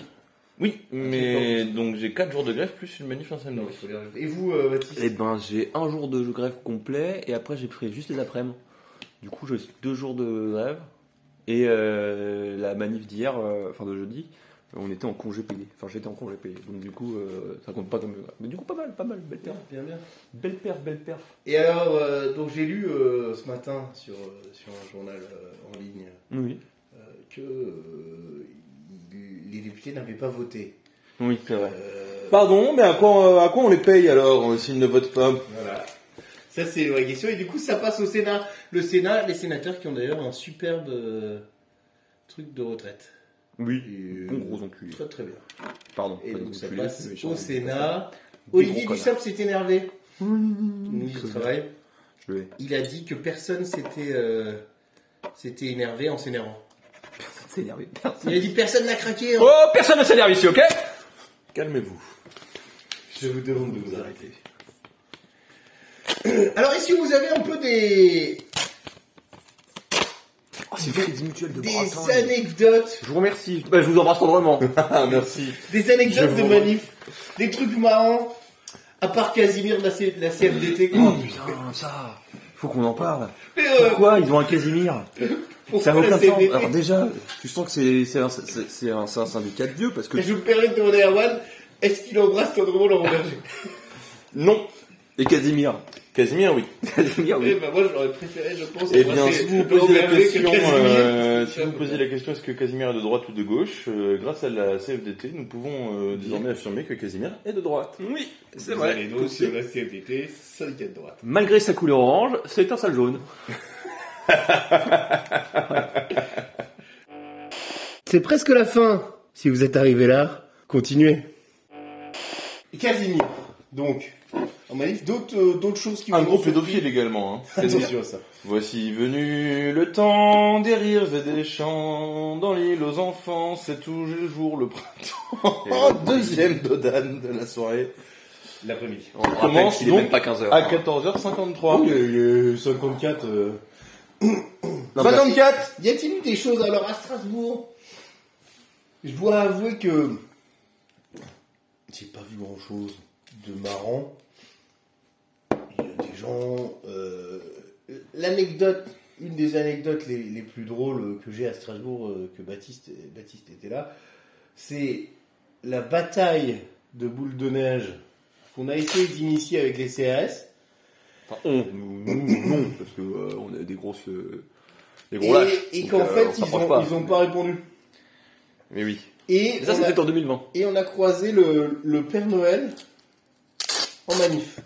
Oui, mais donc j'ai 4 jours de grève plus une manif un samedi. Non, il faut les rajouter. Et vous, euh, Baptiste Eh ben, j'ai un jour de grève complet et après j'ai pris juste les après-midi. Du coup, j'ai deux jours de grève et euh, la manif d'hier, euh, enfin de jeudi, on était en congé payé. Enfin, j'étais en congé payé. Donc du coup, euh, ça compte pas comme. Mais du coup, pas mal, pas mal, belle perf, Bien, bien. belle perf, belle perf. Et alors, euh, donc j'ai lu euh, ce matin sur, euh, sur un journal euh, en ligne Oui. euh, que euh, il- les députés n'avaient pas voté. Oui, c'est vrai. Euh, Pardon, mais à quoi, à quoi on les paye alors euh, s'ils ne votent pas voilà. Ça, c'est une vraie question. Et du coup, ça passe au Sénat. Le Sénat, les sénateurs qui ont d'ailleurs un superbe euh, truc de retraite. Oui. Et, Bon euh, gros enculé. Très très bien. Pardon. Et pas de donc ça enculé, passe mais j'ai au envie de Sénat. Des Olivier gros Dussopt s'est énervé. faire. Ministre du Travail. Je vais. Il a dit que personne s'était euh, s'était énervé en s'énervant. C'est énervé. Personne. Il a dit personne n'a craqué. hein. Oh, personne ne s'énerve ici, ok Calmez-vous. Je vous demande de vous arrêter. [clears throat] Alors, est-ce que vous avez un peu des, Oh, c'est crédit mutuel de des Bratin. anecdotes, Je vous remercie. Bah, je vous [laughs] embrasse tendrement. Ah, merci. des anecdotes Je de vous- manif, des trucs marrants, à part Casimir de la, C- de la CFDT quoi. Oh putain, ça Faut qu'on en parle. Mais, euh, Pourquoi ils ont un Casimir pourquoi Ça la n'a aucun sens. CFDT Alors déjà, tu sens que c'est c'est un, c'est- c'est un- c'est un syndicat de vieux parce que... Et Je vous permets de demander à Erwan, est-ce qu'il embrasse tendrement Laurent Berger Non. Et Casimir Casimir, oui. Casimir, Eh oui. ben, moi j'aurais préféré, je pense, Eh bien, embrasser si vous Laurent posez la Berger que question, Casimir. euh, si vous posez la question, est-ce que Casimir est de droite ou de gauche, euh, grâce à la CFDT, nous pouvons euh, désormais affirmer que Casimir est de droite. Oui, c'est Vous allez donc sur la CFDT, syndicat de droite. Malgré sa couleur orange, c'est un sale jaune. C'est presque la fin. Si vous êtes arrivé là, continuez. et Casimir. Donc, en manif, d'autres euh, d'autres choses qui Un vont gros nous pédophile également. [laughs] Hein. surprendre. C'est sûr, ça. Voici venu le temps des rires et des chants. Dans l'île aux enfants, c'est toujours le printemps. Oh, deuxième dodane de la soirée. L'après-midi. On rappelle commence qu'il est donc même pas 15 heures. À 14h53. Oh, il est- il est 54. euh. Non, mais- 54 Y a-t-il eu des choses alors à Strasbourg Je dois avouer que. J'ai pas vu grand-chose de marrant. Il y a des gens. euh, L'anecdote, une des anecdotes les, les plus drôles que j'ai à Strasbourg, euh, que Baptiste, Baptiste était là, c'est la bataille de boules de neige qu'on a essayé d'initier avec les CRS. Enfin, on, nous, nous, non, parce que euh, on a des grosses, euh, des gros lâches. Et, et qu'en Donc, euh, on fait, ils s'approche ont, pas. ils ont pas répondu. Mais oui. Et, Mais ça, on, a, c'était en 2020. et on a croisé le, le Père Noël en manif.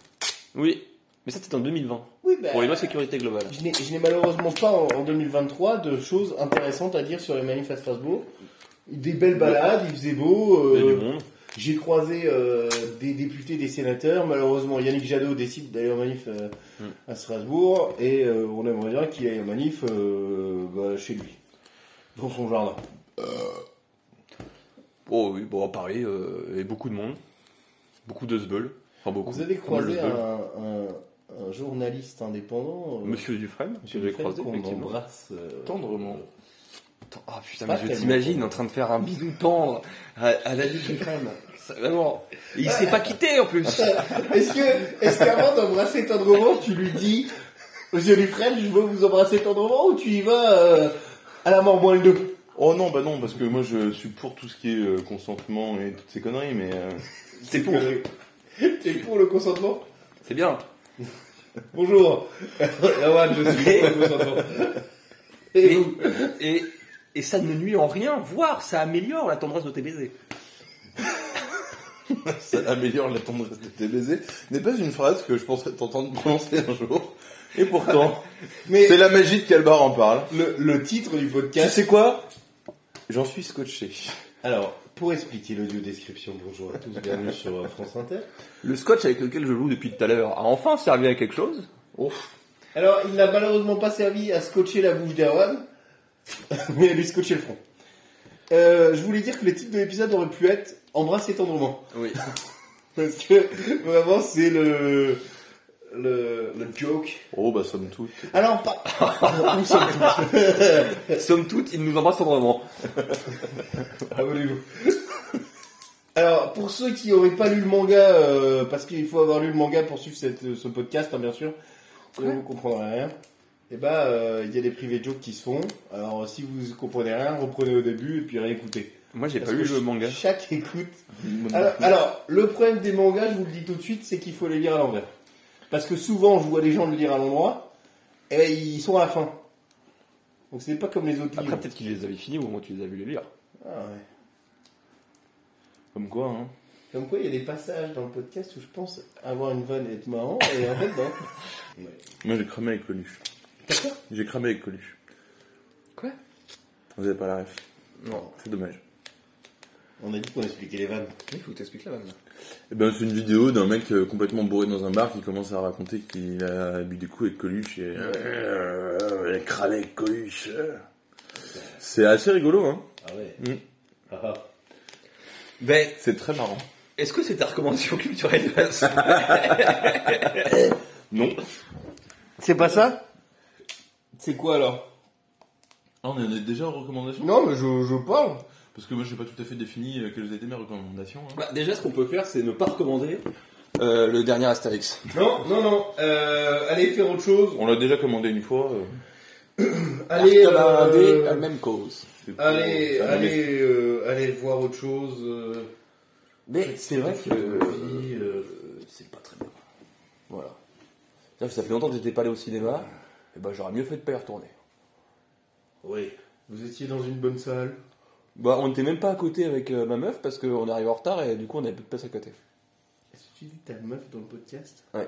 Oui. Mais ça, c'était en 2020. Oui, ben, Pour les lois de sécurité globale. je n'ai- je n'ai malheureusement pas en, en 2023 de choses intéressantes à dire sur les manifs à Strasbourg. Des belles balades, il faisait beau. Il y a euh, du monde. J'ai croisé euh, des députés, des sénateurs. Malheureusement, Yannick Jadot décide d'aller en manif euh, Mm. à Strasbourg et euh, on aimerait bien qu'il aille en manif euh, bah, chez lui, dans son jardin. Oh oui, bon, à Paris, euh, il y a beaucoup de monde. Beaucoup de zbeul. Enfin, beaucoup. Vous avez Pas mal de croisé un, zbeul. un- un journaliste indépendant euh, Monsieur Dufresne, que Monsieur j'ai Fred, croisé, qu'on effectivement. embrasse euh, Tendrement. Attends, Ah putain, Pas mais je tellement. t'imagine en train de faire un bisou tendre à, à la vie d'une femme. C'est Vraiment. Et il s'est pas quitté en plus. [laughs] Est-ce que, est-ce qu'avant d'embrasser tendrement, tu lui dis, Monsieur Dufresne, je veux vous embrasser tendrement, ou tu y vas euh, à la mort moins le deux Oh non, bah non, parce que moi je suis pour tout ce qui est euh, consentement et toutes ces conneries, mais euh, C'est pour. T'es pour le consentement C'est bien. Bonjour. [laughs] Erwan, je suis pour le consentement. Et Et, vous et, et ça ne nuit en rien, voire ça améliore la tendresse de tes baisers. ça [laughs] améliore la tendresse de tes baisers. N'est pas une phrase que je pensais t'entendre prononcer un jour. Et pourtant, Mais c'est la magie de Calbar en parle. le, le titre du Tu podcast. sais quoi J'en suis scotché. Alors, pour expliquer l'audio description, bonjour à tous, bienvenue sur euh, France Inter. Le scotch avec lequel je joue depuis tout à l'heure a enfin servi à quelque chose. Ouf. Alors, il n'a malheureusement pas servi à scotcher la bouche d'Erwan, [laughs] mais à lui scotcher le front. Euh, je voulais dire que le titre de l'épisode aurait pu être Embrasser tendrement. Oui. [laughs] Parce que vraiment, c'est le, le, le joke. Oh bah somme toute. Alors, pas. Nous sommes tous. [laughs] Somme toute, il nous embrasse tendrement. Abonnez-vous. [laughs] Alors, pour ceux qui n'auraient pas lu le manga, euh, parce qu'il faut avoir lu le manga pour suivre cette- ce podcast, hein, bien sûr, sinon vous comprendrez rien. Et bah, il y a des privés jokes qui se font. Alors, si vous comprenez rien, reprenez au début et puis réécoutez. Moi, j'ai Parce pas lu que le ch- manga. Chaque écoute. Alors, alors, le problème des mangas, je vous le dis tout de suite, c'est qu'il faut les lire à l'envers. Parce que souvent, je vois les gens le lire à l'endroit, et ben, ils sont à la fin. Donc, c'est pas comme les autres Après, livres. peut-être qu'il les avait finis ou au moins tu les as vu les lire. Ah ouais. Comme quoi, hein Comme quoi, il y a des passages dans le podcast où je pense avoir une vanne et être marrant, et en fait, ben, non. [laughs] Moi j'ai cramé avec Coluche. J'ai cramé avec Coluche. Quoi Vous avez pas la ref. Non. C'est dommage. On a dit qu'on expliquait les vannes. Il faut que t'expliques la vanne. Eh ben, c'est une vidéo d'un mec euh, complètement bourré dans un bar qui commence à raconter qu'il a bu des coups avec Coluche et euh, il a cramé avec Coluche. C'est assez rigolo, hein. Ah ouais. Mm. Ah, ah. Ben, C'est très marrant. est-ce que c'est ta recommandation culturelle de la semaine Non. C'est pas ça C'est quoi alors Ah, on est déjà en recommandation Non, mais je, je parle. Parce que moi, j'ai pas tout à fait défini euh, quelles étaient mes recommandations. hein. Bah, Déjà, ce qu'on peut faire, c'est ne pas recommander euh, le dernier Astérix. Non, non, non. Euh, allez faire autre chose. On l'a déjà commandé une fois. euh, Allez, Arcana euh, D, la même cause. c'est pour- allez, ça m'avait- allez, euh, allez voir autre chose. euh, Mais c'est vrai que euh, vie, euh, c'est pas très bien. Voilà. Ça ça fait longtemps que j'étais pas allé au cinéma. Et bah, j'aurais mieux fait de pas y retourner. Oui. Vous étiez dans une bonne salle. Bah, on n'était même pas à côté avec euh, ma meuf parce qu'on arrivait en retard et du coup, on n'avait plus de place à côté. Est-ce que tu dis ta meuf dans le podcast Ouais.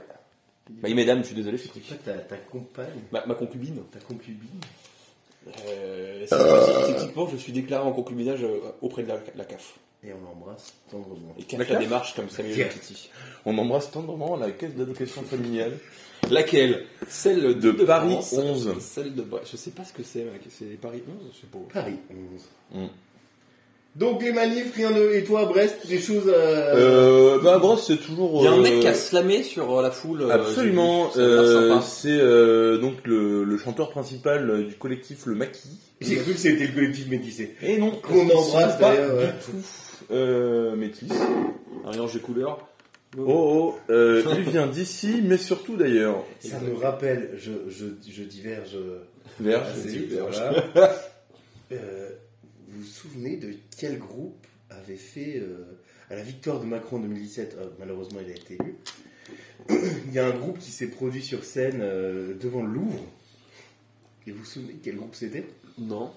Bah, mesdames, je suis désolé, je suis Je pris. sais pas, ta, ta compagne, Ma, ma concubine. ta concubine. Euh, c'est- c'est- c'est- Techniquement, je suis déclaré en concubinage euh, auprès de la, la CAF. Et on l'embrasse tendrement. Et quelle est la démarche comme Samuel Yeah. Paty On embrasse tendrement la caisse d'allocation familiale. Laquelle Celle de, Paris France. 11. Celle de Brest. Je sais pas ce que c'est, mec. C'est Paris 11, je sais pas. Paris 11. Mm. Donc les manifs, rien de... Et toi, Brest, des choses... euh, Euh, bah, Brest, c'est toujours. Il y a un mec euh, qui a slamé sur euh, la foule. euh, Absolument. j'ai vu. Ça a l'air euh, sympa. c'est euh, donc le, le chanteur principal euh, du collectif Le Maquis. J'ai cru que c'était le collectif métissé. Et non, Qu'on parce qu'ils embrasse, sont pas d'ailleurs, ouais. du tout euh, métis. Un mélange des couleurs. Oh, oh euh, il vient d'ici, mais surtout d'ailleurs. Ça me rappelle, je, je, je diverge euh, Vert, assez Ah, je dis, vite, vert. [laughs] voilà. Euh, vous vous souvenez de quel groupe avait fait, euh, à la victoire de Macron en 2017, euh, malheureusement il a été élu, [clears throat] il y a un groupe qui s'est produit sur scène euh, devant le Louvre. Et vous vous souvenez de quel groupe c'était Non.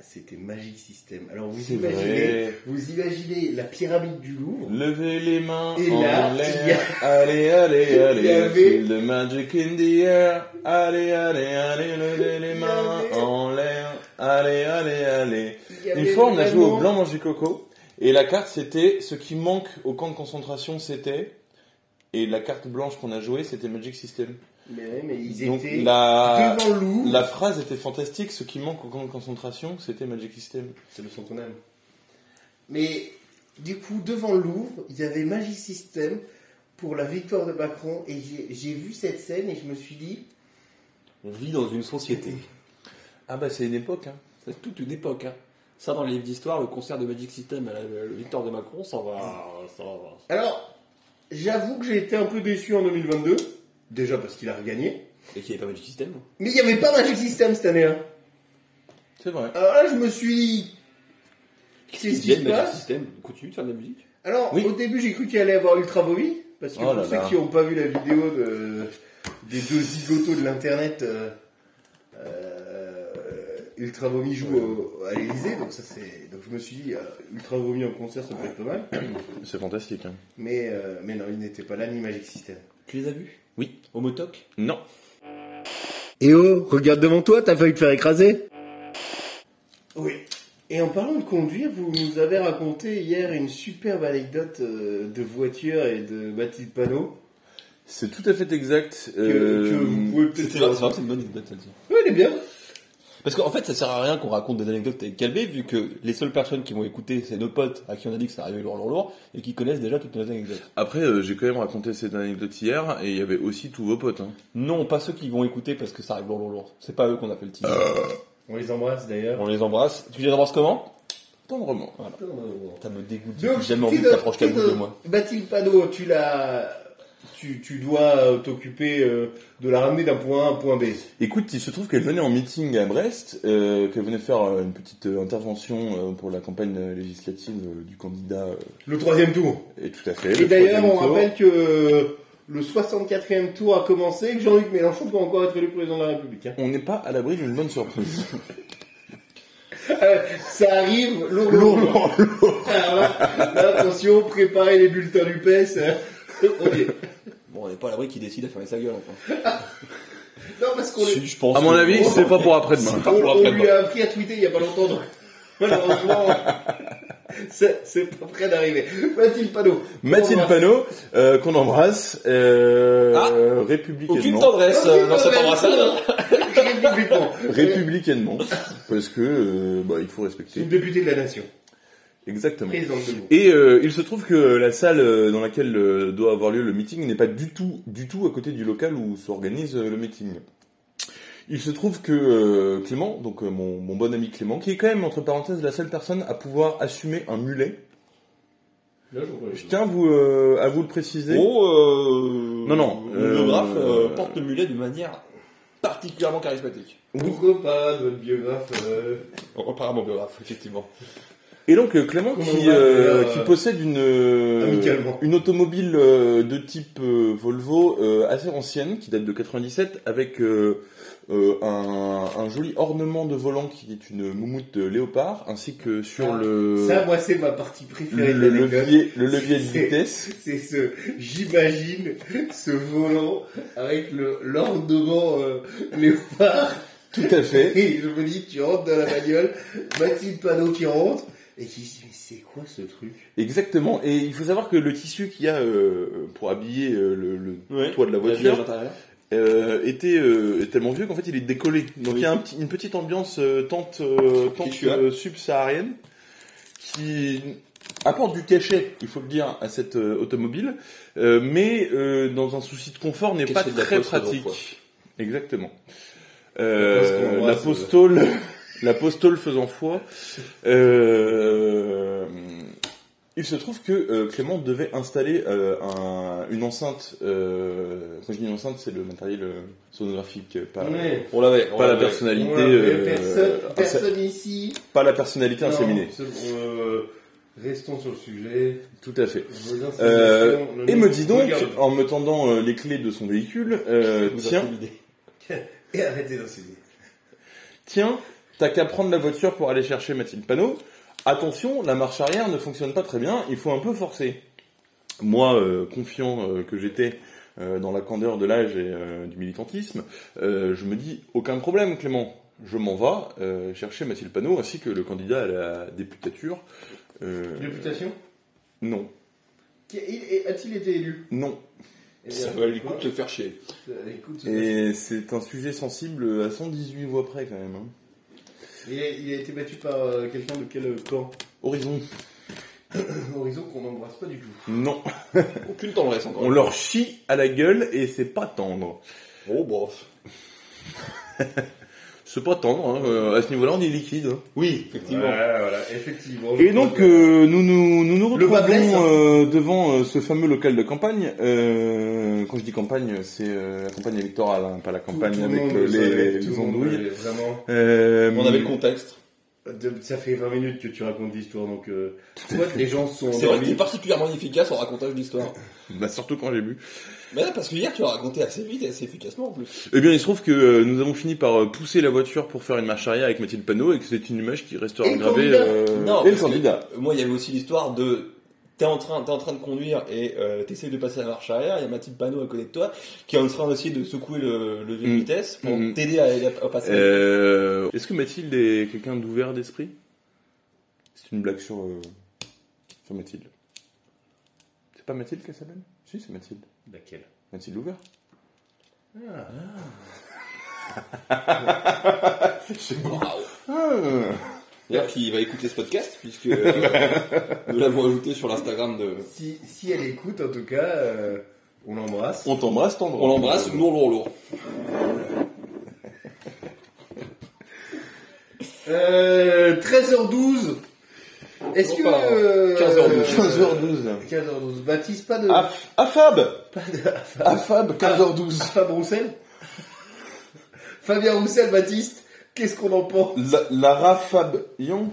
C'était Magic System. Alors vous C'est imaginez, vrai. vous imaginez la pyramide du Louvre Levez les mains Et en là, il y l'air. Allez, allez, [laughs] il y allez. avait- Feel the magic in the air. Allez, allez, allez. Levez les Il y mains avait- en l'air. Allez, allez, allez. Il y avait Une fois, on a joué vraiment- au blanc manger coco. Et la carte, c'était ce qui manque au camp de concentration, c'était. Et la carte blanche qu'on a jouée, c'était Magic System. Mais, ouais, mais ils Donc étaient la, devant le Louvre. la phrase était fantastique. Ce qui manque au camp de concentration, c'était Magic System. C'est le son qu'on aime. Mais du coup, devant le Louvre, il y avait Magic System pour la victoire de Macron. Et j'ai- j'ai vu cette scène et je me suis dit, On vit dans une société. Ah bah c'est une époque. Hein. C'est toute une époque. Hein. Ça, dans les livres d'histoire, le concert de Magic System à la, le victoire de Macron, ça va. Ça va. alors, j'avoue que j'ai été un peu déçu en 2022. Déjà parce qu'il a regagné. Et qu'il n'y avait pas Magic System. Mais il n'y avait pas Magic System cette année-là. C'est vrai. Alors là, je me suis dit, qu'est-ce qui se Magic passe System continue de faire de la musique. Alors, Oui. au début, j'ai cru qu'il allait avoir Ultra Bobby. Parce que Oh pour là ceux là. qui n'ont pas vu la vidéo de, des deux zigotos de l'internet, euh, euh, Ultra Vomi joue au- à l'Elysée. Donc, ça, c'est. Donc, je me suis dit, euh, Ultra Vomi en concert, ça peut être pas mal. C'est fantastique. Hein. Mais, euh, mais non, il n'était pas là, ni Magic System. Tu les as vus Oui. Au Motoc Non. Et oh, regarde devant toi, t'as failli te faire écraser Oui. Et en parlant de conduire, vous nous avez raconté hier une superbe anecdote euh, de voiture et de Mathilde Panot. C'est tout à fait exact. Que, Euh, que vous pouvez peut-être C'est vrai, c'est une bonne anecdote celle-ci. Oui, elle est bien. Parce qu'en fait, ça sert à rien qu'on raconte des anecdotes avec Calbé, vu que les seules personnes qui vont écouter, c'est nos potes à qui on a dit que ça arrivait lourd, lourd, lourd, et qui connaissent déjà toutes nos anecdotes. Après, euh, j'ai quand même raconté cette anecdote hier et il y avait aussi tous vos potes. Hein. Non, pas ceux qui vont écouter parce que ça arrive lourd, lourd, lourd. C'est pas eux qu'on a fait le teaser. On les embrasse d'ailleurs. On les embrasse. Tu les embrasses comment Tendrement. Ça me dégoûte. Donc, J'ai jamais envie t'es que t'approches ta t'es bouche de moi. Mathilde Panot, tu l'as. Tu, tu dois euh, t'occuper euh, de la ramener d'un point A à un point B. Écoute, il se trouve qu'elle venait en meeting à Brest, euh, qu'elle venait faire euh, une petite euh, intervention euh, pour la campagne euh, législative euh, du candidat. euh, Le troisième tour. et tout à fait. Et le d'ailleurs, troisième on tour. rappelle que le 64e tour a commencé et que Jean-Luc Mélenchon peut encore être élu président de la République. hein. On n'est pas à l'abri d'une [laughs] bonne surprise. Euh, ça arrive lourd, lourd, [laughs] lourd. Alors là, là, attention, préparez les bulletins du PS. euh, on [laughs] y est. Bon, on n'est pas à l'abri qui décide à fermer sa gueule, enfin. [laughs] Non, parce qu'on est- Si, je pense. à mon que- avis, c'est pas pour après-demain. on, on Oh, lui a appris à tweeter il n'y a pas longtemps, [laughs] donc malheureusement, c'est c'est pas près d'arriver. Mathilde Panot. Mathilde Panot, euh, qu'on embrasse, euh, Ah. euh, républicainement. Aucune tendresse euh, dans cette embrassade. hein. [laughs] Républiquement. Républicainement, parce que euh, bah, il faut C'est respecter. une députée de la nation. Exactement. Présidente de l'eau. Et euh, il se trouve que la salle euh, dans laquelle euh, doit avoir lieu le meeting n'est pas du tout, du tout à côté du local où s'organise euh, le meeting. Il se trouve que euh, Clément, donc euh, mon, mon bon ami Clément, qui est quand même entre parenthèses la seule personne à pouvoir assumer un mulet. Je tiens à vous, euh, à vous le préciser. Oh, euh, Non, non, Le biographe euh, euh, porte le mulet d'une manière particulièrement charismatique. Pourquoi pas notre biographe euh, On repart à mon biographe, effectivement. Et donc euh, Clément Comment qui, on va, euh, euh, qui possède une euh, Amicalement. une automobile euh, de type euh, Volvo euh, assez ancienne qui date de 97 avec euh, euh, un, un joli ornement de volant qui est une moumoute de léopard ainsi que sur Ah, Euh, le Ça, moi, c'est ma partie le, préférée le de l'anecdote. levier le levier de C'est- [laughs] vitesse C'est ce, j'imagine, ce volant avec le l'ornement euh, léopard. tout à [laughs] fait Et je me dis, tu rentres dans la bagnole, Mathilde Panot qui rentre et qui se dit, mais c'est C'est quoi ce truc Exactement. Et il faut savoir que le tissu qu'il y a euh, pour habiller euh, le, le toit de la voiture, euh, était euh, est tellement vieux qu'en fait il est décollé. Donc il y a un petit- une petite ambiance euh, tente, euh, tente Quichua. euh, subsaharienne qui apporte du cachet, il faut le dire, à cette euh, automobile, euh, mais euh, dans un souci de confort n'est pas Cachet de la très poste, pratique. donc, Exactement. Parce qu'on Euh, voit, la c'est- postole, [laughs] la postole faisant foi. Euh, il se trouve que euh, Clément devait installer euh, un- une enceinte. euh, quand je dis une enceinte, c'est le matériel euh, sonographique, euh, pas, Ouais. On l'avait. on pas la l'avait. personnalité, On l'appelle euh, Personne, inse- personne ici. pas la personnalité Non, inséminée. c'est- euh, Restons sur le sujet. Tout à fait. Vos Euh, inséminations, le et nom- me dit donc, Regarde. en me tendant euh, les clés de son véhicule, euh, Vous tiens, intimidez. [laughs] Et arrêtez d'inséminer. tiens, t'as qu'à prendre la voiture pour aller chercher Mathilde Panot. Attention, la marche arrière ne fonctionne pas très bien, il faut un peu forcer. Moi, euh, confiant euh, que j'étais euh, dans la candeur de l'âge et euh, du militantisme, euh, je me dis aucun problème, Clément. Je m'en vais euh, chercher Mathilde Panot ainsi que le candidat à la députature. Euh, Députation non, Qui- il- A-t-il été élu non. Eh bien, Ça va les coups quoi de te faire chier. Euh, écoute, Et c'est un sujet sensible à 118 voix près quand même. hein. il, a, il a été battu par euh, quelqu'un de quel camp [laughs] Horizon, Horizon qu'on n'embrasse pas du tout. non. [laughs] Aucune tendresse encore. On leur chie à la gueule et c'est pas tendre. Oh, bof. [laughs] C'est pas tendre, hein. Euh, à ce niveau-là on est liquide. hein. Oui, effectivement. Voilà, voilà, effectivement. Et donc euh, nous, nous nous nous Le bas blesse, hein. retrouvons euh, devant euh, ce fameux local de campagne. Euh, quand je dis campagne, c'est euh, la campagne électorale, hein, pas la campagne avec euh, les, les andouilles. Vraiment, Euh, On avait le contexte. de- ça fait 20 minutes que tu racontes l'histoire, donc euh, soit les gens sont C'est vrai que endormis. t'es particulièrement efficace en racontage d'histoire. bah, surtout quand j'ai bu. Mais parce que hier, tu as raconté assez vite et assez efficacement en plus. Eh bien, il se trouve que euh, nous avons fini par euh, pousser la voiture pour faire une marche arrière avec Mathilde Panot et que c'est une image qui restera Et le gravée. candidat. euh, Non, et le parce que- candidat. Moi, il y avait aussi l'histoire de. T'es en, train, t'es en train de conduire et euh, t'essayes de passer la marche arrière. Il y a Mathilde Panot à côté de toi qui est en train d'essayer de secouer le, le Mm. de vitesse pour Mm. t'aider à, à passer. Euh, Est-ce que Mathilde est quelqu'un d'ouvert d'esprit C'est une blague sur, euh, sur Mathilde. C'est pas Mathilde qu'elle s'appelle Si, c'est Mathilde. Laquelle Mathilde ouvert. [laughs] Ah. Ah. D'ailleurs, qui va écouter ce podcast puisque [laughs] euh, nous l'avons ajouté sur l'Instagram de. Si, si elle écoute, en tout cas, euh, on l'embrasse. On t'embrasse, tendre. On l'embrasse, lourd, lourd, lourd. Euh, 13h12. Est-ce que. Opa. euh, 15h12. 15h12. 15h12. Baptiste, pas de. Ah, Af- Afab Afab, 15h12. Fab Ah, Roussel [laughs] Fabien Roussel, Baptiste, qu'est-ce qu'on en pense La- Lara Fabian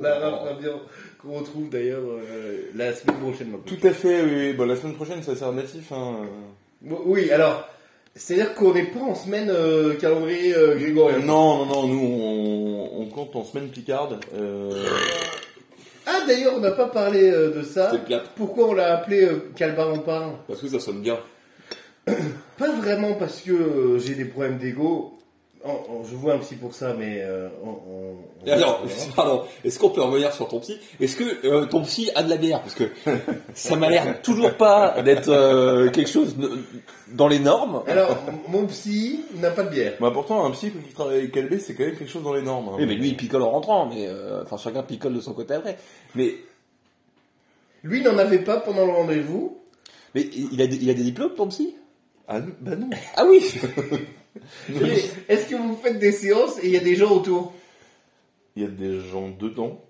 Lara Fabien, qu'on retrouve d'ailleurs euh, la semaine prochaine. maintenant. Tout à fait, oui. oui. Bon, la semaine prochaine, c'est alternatif. Hein. Bon, Oui, alors, c'est-à-dire qu'on n'est pas en semaine euh, calendrier euh, grégorien. Non, non, non, nous, on, on compte en semaine picarde. Euh, Ah, d'ailleurs, on n'a pas parlé euh, de ça. C'est le clap. Pourquoi on l'a appelé euh, Calbar en parle Parce que ça sonne bien. Pas vraiment parce que euh, j'ai des problèmes d'ego. En- en- je vois un psy pour ça, mais euh, on- on- on- Et alors, [laughs] hein. pardon, est-ce qu'on peut revenir sur ton psy Est-ce que euh, ton psy a de la bière Parce que ça m'a l'air toujours pas d'être euh, quelque chose de- dans les normes. Alors, m- mon psy n'a pas de bière. Bah pourtant, un psy qui travaille avec LB, c'est quand même quelque chose dans les normes. hein. Oui, mais lui, il picole en rentrant, mais euh, enfin chacun picole de son côté après. Mais, Lui il n'en avait pas pendant le rendez-vous. mais il a, des- il a des diplômes, ton psy Ah non, bah non. Ah oui Mais Est-ce que vous faites des séances et il y a des gens autour [laughs] Il y a des gens dedans.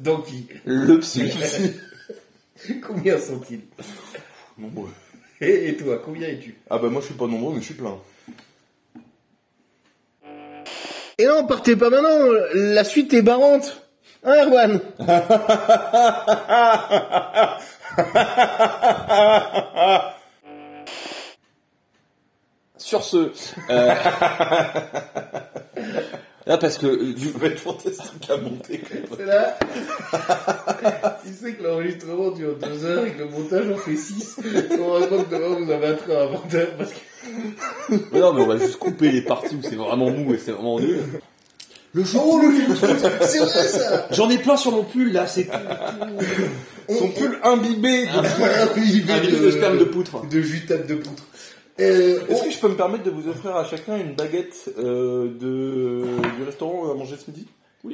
Donc, qui Le psy [laughs] Combien sont-ils Nombreux. et, et toi, combien es-tu Ah bah moi je suis pas nombreux, mais je suis plein. Et non, partez pas maintenant, la suite est barrante. Hein, Erwan Sur ce. euh, Là, parce que. euh, du- Ça va être fantastique à monter. C'est là. [laughs] tu sais que l'enregistrement dure 2 heures et que le montage en fait 6. Heureusement que demain vous avez un train à 20 heures parce que. Ah, Mais non, mais on va juste couper les parties où c'est vraiment mou et c'est vraiment nul. Le jour où le truc, c'est vrai ça J'en ai plein sur mon pull là, c'est On- son [laughs] pull imbibé de, Ah oui, mais imbibé de sperme de poutre. de jutable de poutre. Euh, Est-ce que je peux me permettre de vous offrir à chacun une baguette euh, de, du restaurant à manger ce midi oh,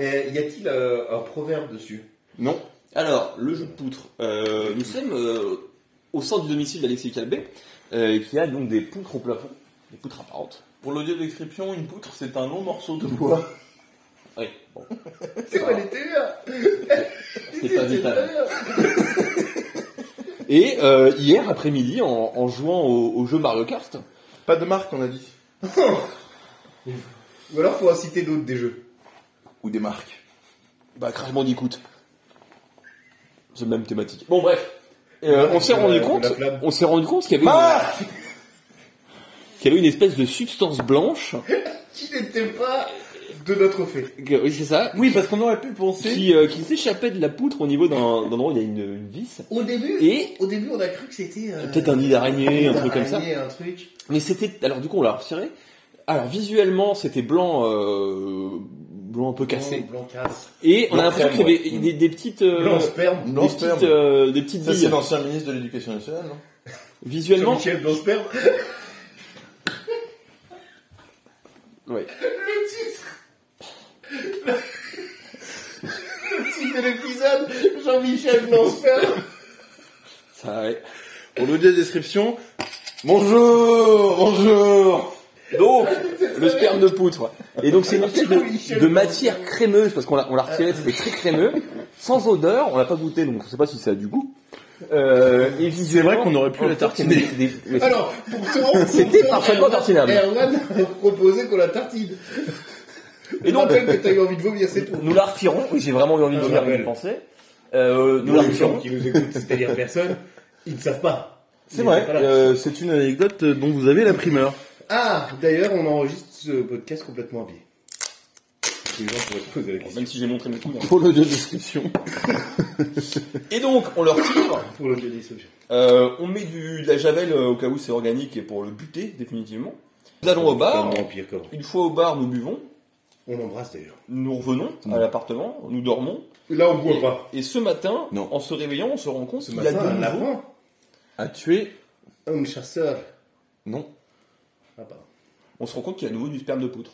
euh, y a-t-il euh, un proverbe dessus Non. Alors, le jeu de poutre. Euh, nous sommes euh, au sein du domicile d'Alexis Calbet, euh, qui a donc des poutres au plafond, des poutres apparentes. Pour l'audio description, une poutre, c'est un long morceau de bois. Oui, bon, C'est quoi les [laughs] TVA c'est pas vital. Et euh, hier après-midi, en, en jouant au, au jeu Mario Kart, Pas de marque, on a dit. Ou alors faut en citer d'autres des jeux. Ou des marques. bah Crash Bandicoot. C'est la même thématique. Bon bref, Euh, on s'est rendu Euh, compte, de la flamme. on s'est rendu compte qu'il y avait Ah une... qu'il y avait une espèce de substance blanche. Qui n'était pas de notre fait. que- Oui, c'est ça. Oui, parce qu'on aurait pu penser. Qui, euh, qui s'échappait de la poutre au niveau d'un d'un endroit où il y a une, une vis. Au début, Et au début on a cru que c'était... euh, peut-être un nid d'araignée, un truc comme ça. araignée, un truc. Mais c'était. Alors du coup, on l'a retiré. Alors visuellement, c'était blanc, euh, blanc un peu cassé. Blanc, blanc casse. Et on a Blanc l'impression qu'il y crème, avait ouais. des, des petites, euh, Blanc sperme. des blanc sperme. petites, euh, des petites Ça, billes. c'est l'ancien ministre de l'Éducation nationale, non Visuellement, Michel blanc sperme. ouais. Le titre Le titre de l'épisode, Jean-Michel Blanc-Sperme. Ça, Ah ouais. Pour l'audio description, bonjour, bonjour. Donc, le sperme de poutre. Et donc, c'est une espèce de, de matière crémeuse, parce qu'on l'a, on l'a retiré, c'était très crémeux, sans odeur, on l'a pas goûté, donc on sait pas si ça a du goût. Euh, et visuellement, vrai qu'on aurait pu on la peut dire qu'il y a des- des- des- Alors, pourtant, C'était pourtant, parfaitement Erwan- tartinable. Erwan a proposé qu'on la tartine. Et Et donc, donc, rappelle que t'as eu envie de vomir, c'est tout. nous la retirons, oui, j'ai vraiment eu envie de Ah, vomir, Marvel. je pensais. Euh, nous la retirons. nous écoutent, c'est-à-dire personne, ils ne savent pas. C'est vrai, euh, c'est une anecdote dont vous avez la primeur. Ah, d'ailleurs, on enregistre ce podcast complètement à pied. Les gens pourraient se poser la question. Même si j'ai montré mes couilles. hein. Pour l'audio description. Et donc, on le retire. Pour le des sujets. Euh, on met du, de la javel euh, au cas où c'est organique et pour le buter définitivement. Nous allons au bar. Comment pire comment Une fois au bar, nous buvons. On embrasse d'ailleurs. Nous revenons à l'appartement, nous dormons. Là, on boit pas. Et ce matin, Non. en se réveillant, on se rend compte Ce qu'il y a matin, de un nouveau lapin, A tué un chasseur. Non. Ah, pardon. on se rend compte qu'il y a de nouveau du sperme de poutre.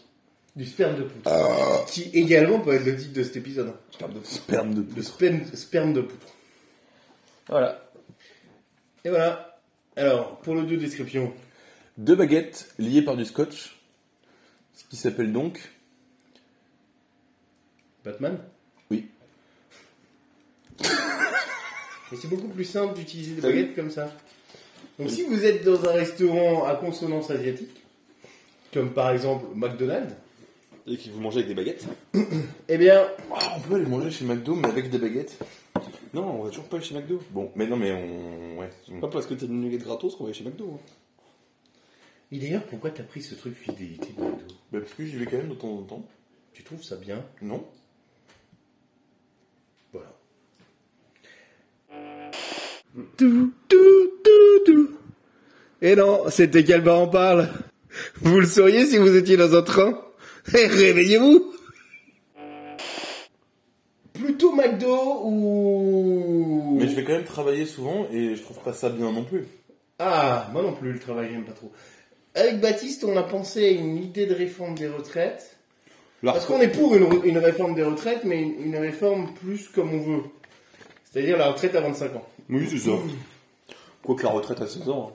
Du sperme de poutre. Ah. Qui également peut être le titre de cet épisode. hein. Sperme de poutre. Sperme de Le sperme, sperme de poutre. Voilà. Et voilà. Alors, pour le deux description. Deux baguettes liées par du scotch. Ce qui s'appelle donc. Batman Oui. Mais c'est beaucoup plus simple d'utiliser des baguettes comme ça. Donc si vous êtes dans un restaurant à consonance asiatique, comme par exemple McDonald's, Et qui vous mangez avec des baguettes eh bien, Ah, on peut aller manger chez McDo, mais avec des baguettes. Non, on va toujours pas aller chez McDo. Bon, mais non, mais on. Ouais. Bah, Pas parce que t'as une nuggets gratos qu'on va aller chez McDo. hein. et d'ailleurs, pourquoi t'as pris ce truc fidélité de McDo Bah, parce que j'y vais quand même de temps en temps. Tu trouves ça bien Non Voilà. Et non, c'était Calva en parle. Vous le sauriez si vous étiez dans un train. Eh, Réveillez-vous Plutôt McDo ou... Mais je vais quand même travailler souvent et je trouve pas ça bien non plus. Ah, moi non plus, le travail, j'aime pas trop. Avec Baptiste, on a pensé à une idée de réforme des retraites. Parce qu'on est pour une, une réforme des retraites, mais une, une réforme plus comme on veut. C'est-à-dire la retraite à 25 ans. Oui, c'est ça. Quoique la retraite à 16 ans. hein.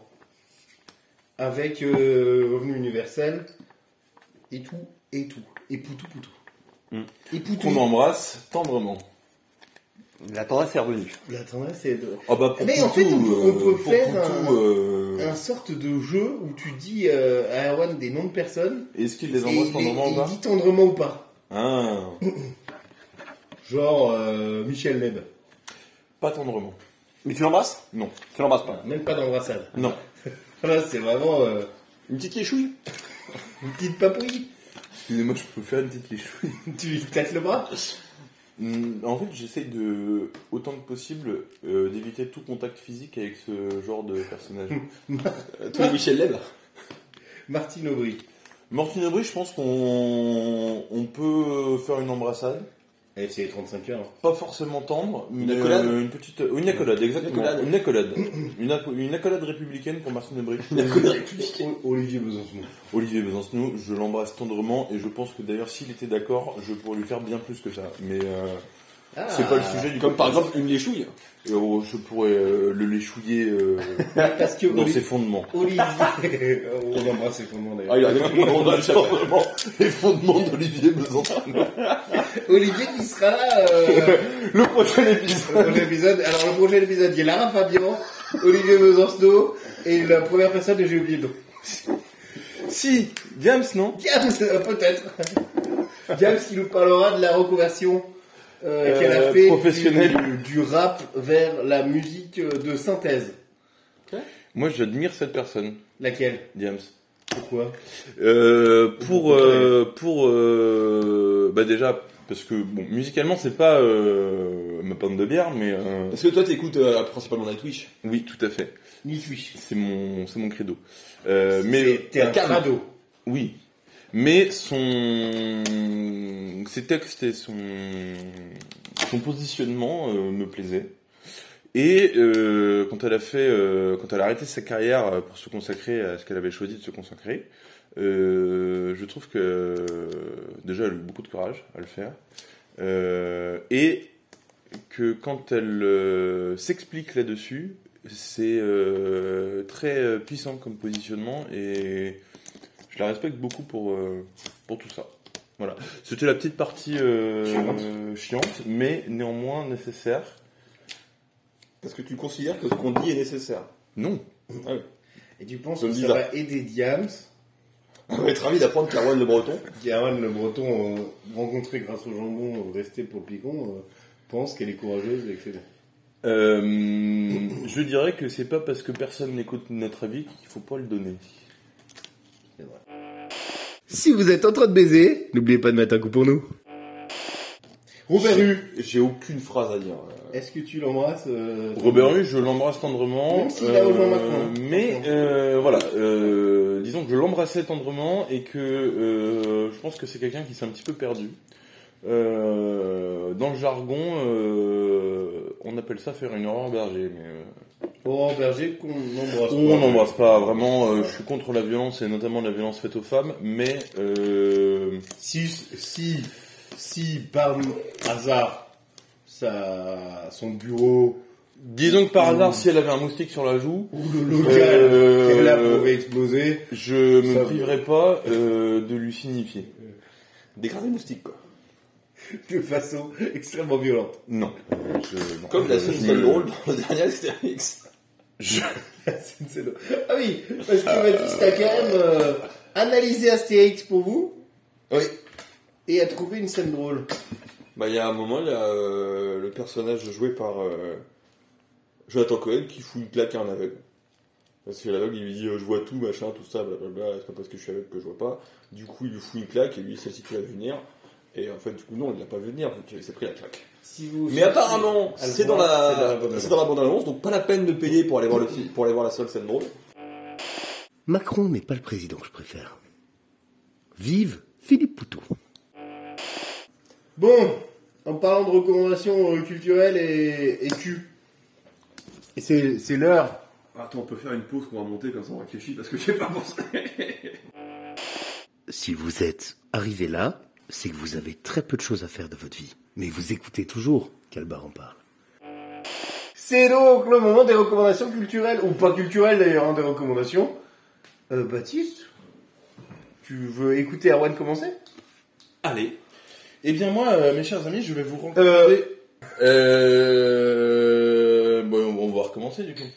Avec euh, revenu universel, et tout, et tout. Et poutou poutou. Mm. Et poutou. Hmm. Qu'on embrasse tendrement. La tendresse est revenue. La tendresse est de- Ah bah pour Mais en Poutou, fait, on peut- euh, on peut pour faire Poutou, un- euh, Un sorte de jeu où tu dis euh, à Erwan des noms de personnes, Est-ce qu'il les et, embrasse il- tendrement et ou il pas dit tendrement ou pas. Ah, Genre euh, Michel Leb. pas tendrement. Mais tu l'embrasses Non. Tu l'embrasses pas. Même pas d'embrassade. Non. [laughs] Là, c'est vraiment euh, Une petite échouille [laughs] une petite papouille. Excusez-moi, je peux faire une petite lichouille. Tu lui tâtes le bras. Hmm, En fait, j'essaie de, autant que possible, euh, d'éviter tout contact physique avec [laughs] ce genre de personnage. Toi, Michel Leb Martine Aubry. Martine Aubry, je pense qu'on on peut faire une embrassade. Et c'est les 35 heures. Pas forcément tendre, mais accolade euh, une petite. euh, Une accolade, exactement. Une accolade. [clears throat] Une acco- une accolade républicaine pour Martine Aubry. Olivier Besancenot. Olivier Besancenot, je l'embrasse tendrement et je pense que d'ailleurs s'il était d'accord, je pourrais lui faire bien plus que ça. Mais euh, c'est pas le sujet du Comme par exemple une léchouille. Et, oh, je pourrais euh, le léchouiller euh, Ah, Parce que dans Oli- ses fondements. Olivier. [laughs] on embrasse ses fondements d'ailleurs. Ah, il a [laughs] On a tendrement les fondements d'Olivier Besancenot. Olivier qui sera là. euh, Le [laughs] prochain Le épisode. prochain épisode, alors le prochain épisode, il y a Lara Fabian, Olivier Besancenot, et la première personne que j'ai oublié le nom. Si, James, non James, euh, [laughs] peut-être. James qui nous parlera de la reconversion euh, Euh, qu'elle a fait professionnelle. Du, du rap vers la musique euh, de synthèse. Moi, j'admire cette personne, Laquelle James. Pourquoi Euh, pour euh, pour euh, bah déjà parce que bon musicalement c'est pas euh, ma pente de bière mais euh, Parce que toi, t'écoutes euh, principalement la Twitch. oui tout à fait Ni Twitch. c'est mon c'est mon credo euh, mais C'est- T'es un Cam. crado. oui mais son ses textes et son son positionnement euh, me plaisait et euh, quand elle a fait euh, quand elle a arrêté sa carrière euh, pour se consacrer à ce qu'elle avait choisi de se consacrer Euh, je trouve que euh, déjà elle a eu beaucoup de courage à le faire Euh, et que quand elle euh, s'explique là-dessus, c'est euh, très euh, puissant comme positionnement et je la respecte beaucoup pour euh, pour tout ça. Voilà, c'était la petite partie euh, euh, chiante, mais néanmoins nécessaire. Parce que tu considères que ce qu'on dit est nécessaire. Non, Et tu penses Ça que me ça bizarre. va aider James, [laughs] On va être ravis d'apprendre Carouane le Breton. Diarman le Breton, euh, rencontré grâce au jambon, euh, resté pour le picon, euh, pense qu'elle est courageuse et que c'est bon. Euh, je dirais que c'est pas parce que personne n'écoute notre avis qu'il faut pas le donner. Si vous êtes en train de baiser, n'oubliez pas de mettre un coup pour nous. Robert Hue, J'ai aucune phrase à dire. euh. est-ce que tu l'embrasses euh, Robert Hue, je l'embrasse tendrement. Même s'il a rejoint Macron. Mais euh, voilà, euh, disons que je l'embrassais tendrement et que euh, je pense que c'est quelqu'un qui s'est un petit peu perdu. Euh, dans le jargon, euh, on appelle ça faire une erreur berger. Mais, euh, Laurent Oh, Berger qu'on embrasse. on n'embrasse pas vraiment. euh, je suis contre la violence et notamment la violence faite aux femmes, mais euh, Si, si, si par hasard, ça, son bureau disons que par hasard, si elle avait un moustique sur la joue, ou le local euh, qu'elle a pourrait exploser, je Ça me va. priverai pas euh, de lui signifier. Dégrader moustique, quoi. de façon extrêmement violente. [laughs] Non. Je- non. Comme la Je- scène je- seule drôle dans le dernier Astérix. C'est- c'est drôle. ah oui, parce que Baptiste a quand même euh, analysé Astérix pour vous. Oui. Et a trouvé une scène drôle. Bah, il y a un moment, il y a euh, le personnage joué par euh, Jonathan Cohen qui fout une claque à un aveugle. Parce que l'aveugle, il lui dit euh, Je vois tout, machin, tout ça, blablabla, c'est pas parce que je suis aveugle que je vois pas. Du coup, il lui fout une claque et lui, celle-ci, tu vas venir. Et en fait, du coup, non, il l'a pas vu venir, donc il s'est pris la claque. Si vous Mais apparemment, à le c'est dans, voir, la... bande c'est dans la bande-annonce, donc pas la peine de payer pour aller voir, le film, pour aller voir la seule scène drôle. Macron n'est pas le président que je préfère. Vive Philippe Poutou. Bon, en parlant de recommandations euh, culturelles et, et cul. Et c'est c'est l'heure. Attends, on peut faire une pause qu'on va monter comme ça on réfléchit parce que j'ai pas pensé. [laughs] Si vous êtes arrivé là, c'est que vous avez très peu de choses à faire de votre vie. Mais vous écoutez toujours Calbar en parle. C'est donc le moment des recommandations culturelles, ou pas culturelles d'ailleurs, hein, des recommandations. Euh, Baptiste, tu veux écouter Erwan commencer Allez. Eh bien moi, euh, mes chers amis, je vais vous rencontrer. Euh. Euh, Bon, on va- on va recommencer du coup.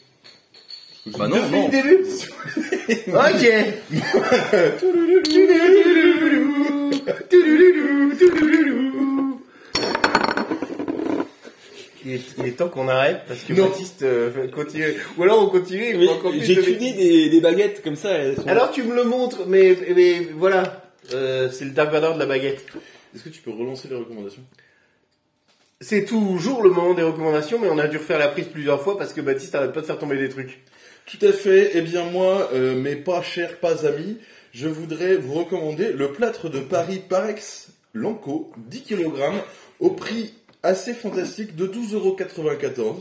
Bah non, Depuis le [laughs] début Ok il est, il est temps qu'on arrête parce que Baptiste euh, fait- continue. Ou alors on continue. il faut encore plus de J'ai tuné bêtises. des, des baguettes comme ça. Elles sont... Alors tu me le montres, mais, mais voilà. Euh, c'est le Dark Vador de la baguette. Est-ce que tu peux relancer les recommandations C'est toujours le moment des recommandations, mais on a dû refaire la prise plusieurs fois parce que Baptiste arrête pas de faire tomber des trucs. Tout à fait. Eh bien moi, euh, mes pas chers, pas amis, je voudrais vous recommander le plâtre de Paris Parex Lanco, 10 kg, au prix assez fantastique de 12,94€.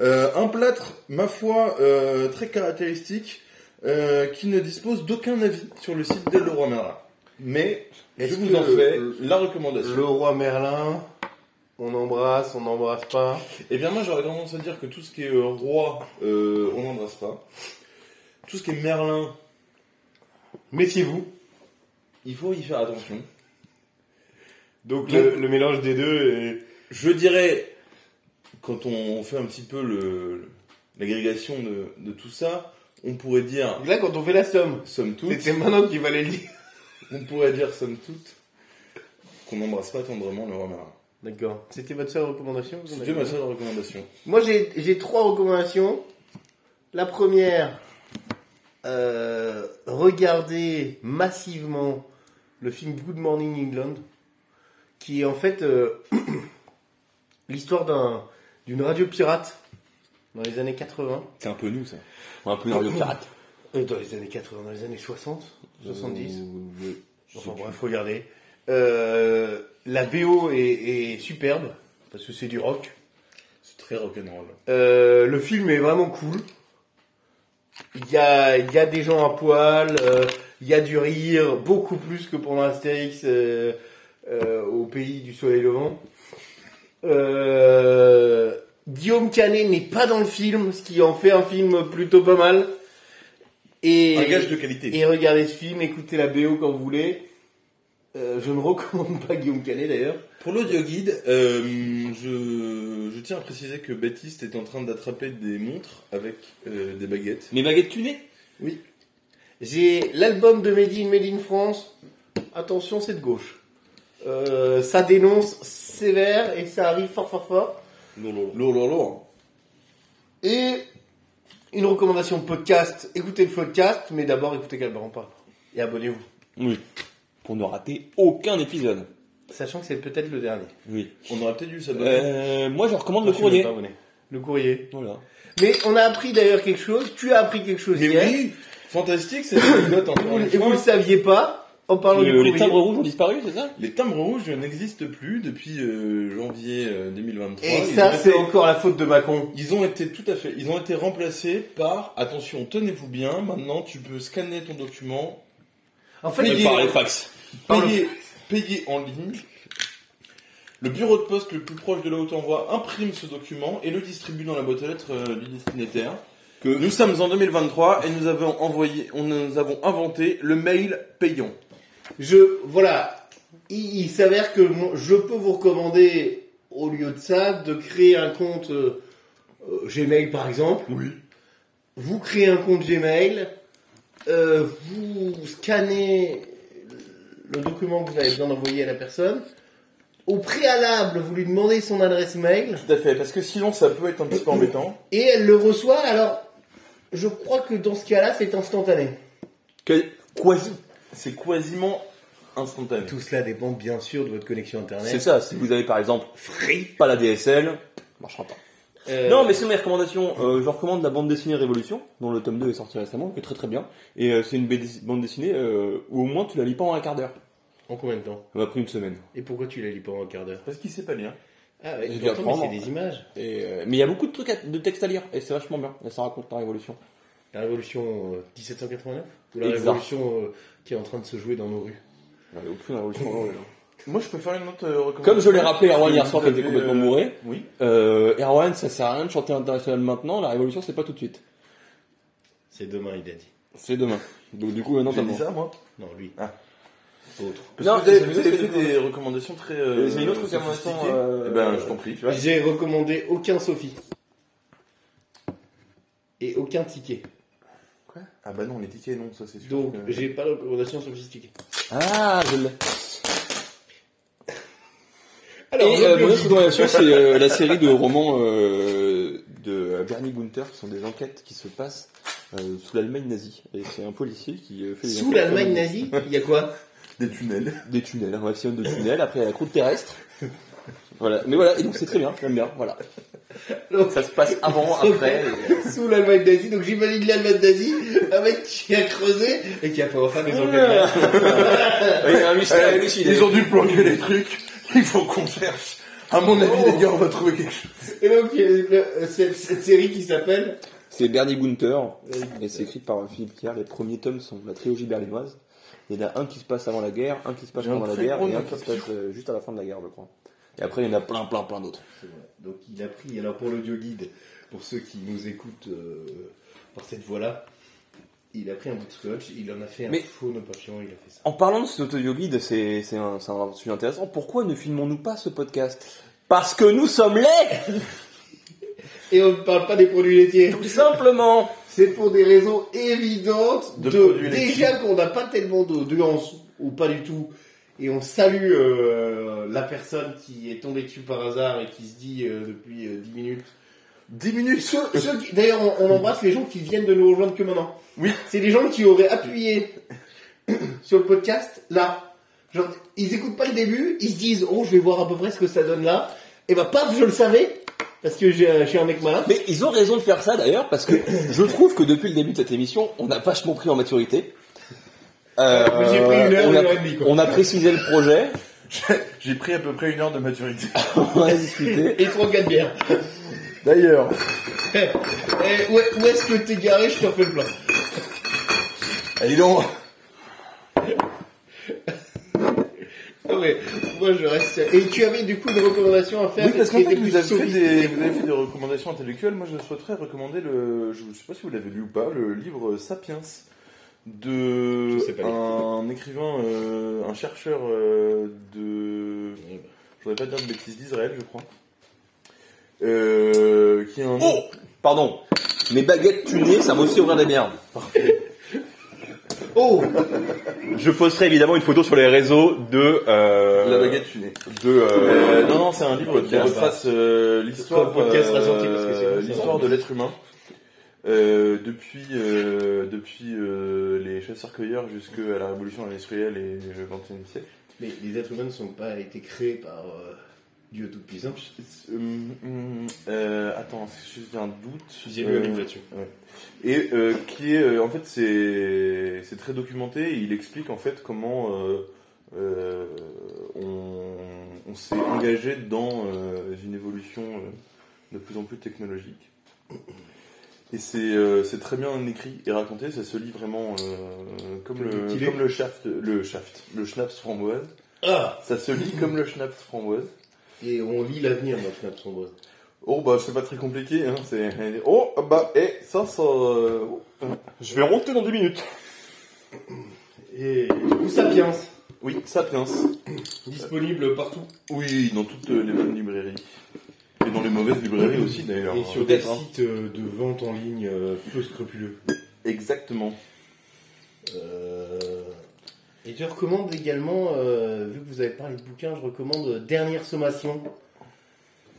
Euh, un plâtre, ma foi, euh, très caractéristique, euh, qui ne dispose d'aucun avis sur le site d'El Leroy Merlin. Mais je Est-ce vous que en fais le- la recommandation. Le roi Merlin, on embrasse, on n'embrasse pas. Eh bien, moi, j'aurais tendance à dire que tout ce qui est euh, roi, euh, on n'embrasse pas. Tout ce qui est Merlin, Méfiez-vous. il faut y faire attention. Donc le- le, mélange des deux est... Je dirais, quand on fait un petit peu le- l'agrégation de, de tout ça, on pourrait dire, Là, quand on fait la somme, somme toute, c'était maintenant qu'il fallait le dire. on pourrait dire, somme toute, qu'on n'embrasse pas tendrement le roi Merlin. D'accord. C'était votre seule recommandation vous en C'était avez ma seule recommandation. Moi, j'ai j'ai trois recommandations. La première, euh, regardez massivement le film Good Morning England, qui est en fait euh, [clears throat] l'histoire d'un- d'une radio pirate dans les années 80. C'est un peu nous, ça. Un peu Radio Pirate. Euh, dans les années 80, dans les années 60, 70. Euh, Je sais Enfin plus. bref, regardez. Euh, la BO est, est superbe, parce que c'est du rock. C'est très rock'n'roll. Euh, le film est vraiment cool. Il y a, il y a des gens à poil, euh, il y a du rire, beaucoup plus que pendant Astérix euh, euh, au pays du soleil levant. Euh, Guillaume Canet n'est pas dans le film, ce qui en fait un film plutôt pas mal. Et, Un gage de qualité. et regardez ce film, écoutez la BO quand vous voulez. Euh, je ne recommande pas Guillaume Canet d'ailleurs. Pour l'audio guide, euh, je, je tiens à préciser que Baptiste est en train d'attraper des montres avec euh, des baguettes. Mes baguettes tunées J'ai l'album de Made in, Made in France. Attention, c'est de gauche. Euh, ça dénonce sévère et ça arrive fort, fort, fort. Lourd, lourd, lourd. lourd, lourd. Et une recommandation podcast. Écoutez le podcast, mais d'abord écoutez Calbar en parle. Et abonnez-vous. Oui. Pour ne rater aucun épisode. Sachant que c'est peut-être le dernier. Oui. On aurait peut-être dû s'abonner. Euh, moi, je recommande le Parce que je suis courrier. pas abonné. Le courrier. Voilà. Mais on a appris d'ailleurs quelque chose. Tu as appris quelque chose Mais hier. oui, fantastique cette anecdote Et encore vous, une et vous le fois. saviez pas en parlant du Ah Le- courrier. euh, les timbres rouges ont disparu, c'est ça Les timbres rouges n'existent plus depuis euh, janvier euh, 2023. Et Ils ça, ont c'est été- encore la faute de Macron. Ils ont été tout à fait. Ils ont été remplacés par. Attention, tenez-vous bien. Maintenant, tu peux scanner ton document, En fait, Et il- Euh, par les fax. Par le- payer, payer en ligne. Le bureau de poste le plus proche de la haute envoi imprime ce document et le distribue dans la boîte aux lettres euh, du destinataire. Que- Nous sommes en 2023 et nous avons envoyé, on, nous avons inventé le mail payant. Je voilà, il, il s'avère que mon- je peux vous recommander au lieu de ça de créer un compte euh, euh, Gmail par exemple. Oui. Vous créez un compte Gmail, euh, vous scannez le document que vous avez besoin d'envoyer à la personne. Au préalable, vous lui demandez son adresse mail Tout à fait, parce que sinon ça peut être un [coughs] petit peu embêtant. et elle le reçoit. Alors, je crois que dans ce cas-là, c'est instantané. Quasi. C'est quasiment instantané. Tout cela dépend bien sûr de votre connexion C'est internet. ça. Si vous avez par exemple Free, pas la DSL, ça marchera pas. Euh, Non, mais c'est mes recommandations. Euh, je recommande la bande dessinée Révolution, dont le tome 2 est sorti récemment, qui est très très bien. Et euh, c'est une belle dessi- bande dessinée euh, où au moins tu la lis pas en un quart d'heure. en combien de temps Ça m'a pris une semaine. Et pourquoi tu la lis pas en un quart d'heure Parce qu'il sait pas lire. Ah ouais, Et pourtant, d'apprendre. mais c'est des images. Et, euh, mais il y a beaucoup de trucs, à- de textes à lire, et c'est vachement bien. Et ça raconte la Révolution. La révolution euh, 1789 Ou la Exact. révolution euh, qui est en train de se jouer dans nos rues Elle est au plus dans la [laughs] Révolution, hein. non, elle est là. Moi je peux faire une autre euh, recommandation. Comme je l'ai rappelé à Erwan hier Vous soir, qui était avez, complètement euh, bourré. Oui. Euh, Erwan, ça sert à rien de chanter international maintenant. La Révolution, c'est pas tout de suite. C'est demain, il a dit. C'est demain. Donc du coup, maintenant, J'ai ça dit mange. ça moi. Non, lui. Ah. Autre. Parce Non, que vous avez, c'est- vous avez c'est- fait c'est- des recommandations très. euh, Et c'est une autre recommandation, sophistiquées. euh, Eh ben je t'en prie. Tu vois. J'ai recommandé aucun Sophie. Et aucun ticket. Ah bah non, les tickets non, ça c'est sûr. Donc, que- j'ai pas de recommandation sophistiquée. Ah, je l'ai. Alors, et euh, le- mon autre recommandation, [laughs] c'est euh, la série de romans euh, de Bernie Gunther, qui sont des enquêtes qui se passent euh, sous l'Allemagne nazie. Et c'est un policier qui euh, fait des sous enquêtes l'Allemagne sur- nazie, il y a quoi Des tunnels. Des tunnels, un maximum de tunnels, après il y a la croûte terrestre. Voilà. Mais voilà, et donc c'est très bien, j'aime bien, voilà. Alors, [laughs] Ça se passe avant, après. et- Sous l'Allemagne nazie, donc j'imagine l'Allemagne nazie un mec qui a creusé et qui a fait enfin des enquêtes. Il y a un Eh, mystère Eh, Ils ont dû planquer les trucs. [laughs] Il faut qu'on cherche. À mon avis, les gars, on va trouver quelque chose. Et donc, il y a le- cette, cette série qui s'appelle euh, C'est Bernie Gunther, et c'est écrit par Philippe Kerr. Les premiers tomes sont de la trilogie berlinoise. Il y en a un qui se passe avant la guerre, un qui se passe J'ai un pendant la très guerre, gros et un nom, qui se passe euh, juste à la fin de la guerre, je crois. Et après, il y en a plein, plein, plein d'autres. Donc il a pris, alors pour l'audio guide, pour ceux qui nous écoutent euh, par cette voie-là, il a pris un bout de scotch, il en a fait un Mais- faux nœud papillon, il a fait ça. En parlant de cet autobioguide, c'est c'est un, c'est un sujet intéressant. Pourquoi ne filmons-nous pas ce podcast Parce que nous sommes [laughs] laids Et on ne parle pas des produits laitiers. Tout simplement C'est pour des raisons évidentes de, De produits déjà qu'on n'a pas tellement d'audience ou pas du tout. Et on salue euh, la personne qui est tombée dessus par hasard et qui se dit euh, depuis euh, 10 minutes. 10 minutes Ceux- ceux qui- D'ailleurs, on, on embrasse les gens qui viennent de nous rejoindre que maintenant. Oui. C'est les gens qui auraient appuyé [coughs] sur le podcast là. Genre, ils écoutent pas le début, ils se disent Oh, je vais voir à peu près ce que ça donne là. Et bah, paf, je le savais parce que j'ai- je suis un mec malin. Mais ils ont raison de faire ça d'ailleurs, parce que je trouve que depuis le début de cette émission, on a vachement pris en maturité. Euh, Mais j'ai pris une heure, on, une heure a, et demie, quoi. on a précisé le projet, J'ai pris à peu près une heure de maturité. on a discuté. Et trois gars de bière. D'ailleurs, Eh, où est- où est-ce que t'es garé Je te refais le plan. Allez donc Non mais, moi je reste. Et tu avais du coup une recommandation à faire Oui, parce qui qu'en fait, était plus vous avez, fait sophistiquée. des, vous avez fait des recommandations intellectuelles. Moi, je souhaiterais recommander le. Je ne sais pas si vous l'avez lu ou pas, le livre Sapiens Je de sais pas lire. un écrivain, euh, un chercheur euh, de. Je voudrais pas dire de bêtises d'Israël, je crois. Euh, qui est un. oh Pardon, mes baguettes tunées, ça va aussi ouvrir des bières. Oh Je posterai évidemment une photo sur les réseaux de... euh, La baguette tunée. de, euh, Euh, non, non, c'est un livre qui podcast. retrace euh, l'histoire Le podcast euh, sera sorti parce que c'est comme ça. l'histoire de l'être humain euh, depuis euh, depuis euh, les chasseurs-cueilleurs jusqu'à la révolution industrielle et le 21e siècle. Mais les êtres humains ne sont pas été créés par euh, Dieu Tout-Puissant. Hum, hum, euh, attends, c'est juste un doute. J'ai lu un Euh, livre là-dessus. et euh, qui est euh, en fait c'est c'est très documenté et il explique en fait comment euh, euh, on, on s'est engagé dans euh, une évolution euh, de plus en plus technologique et c'est euh, c'est très bien écrit et raconté ça se lit vraiment euh, comme Comme le il est. comme le shaft le shaft le schnapps framboise Ah ça se lit comme le schnapps framboise Et on lit l'avenir dans Snap Sombre. oh bah c'est pas très compliqué hein c'est oh bah et ça ça euh, Je vais rentrer dans 10 minutes. Et du coup, Sapiens, oui sapiens disponible partout. Oui, dans toutes euh, les bonnes librairies. Et dans les mauvaises librairies aussi d'ailleurs. Et sur des Peut-être, hein. sites euh, de vente en ligne euh, peu scrupuleux. Exactement. Euh, Et je recommande également, euh, vu que vous avez parlé de bouquin, je recommande euh, Dernière Sommation.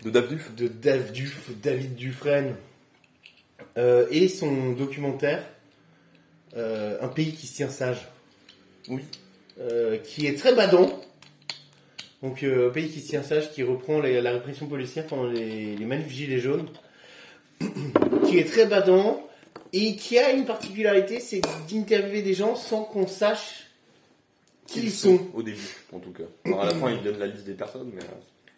De Dafduf de Dave Duf- David Dufresne euh, et son documentaire euh, Un pays qui se tient sage. Oui. Euh, qui est très badant. Donc, euh, Un pays qui se tient sage qui reprend les- la répression policière pendant les, les manifs Gilets jaunes. [coughs] qui est très badant et qui a une particularité c'est d'interviewer des gens sans qu'on sache qui ils sont. Au début, en tout cas. Alors, à la fin, ils donnent la liste des personnes, mais... euh,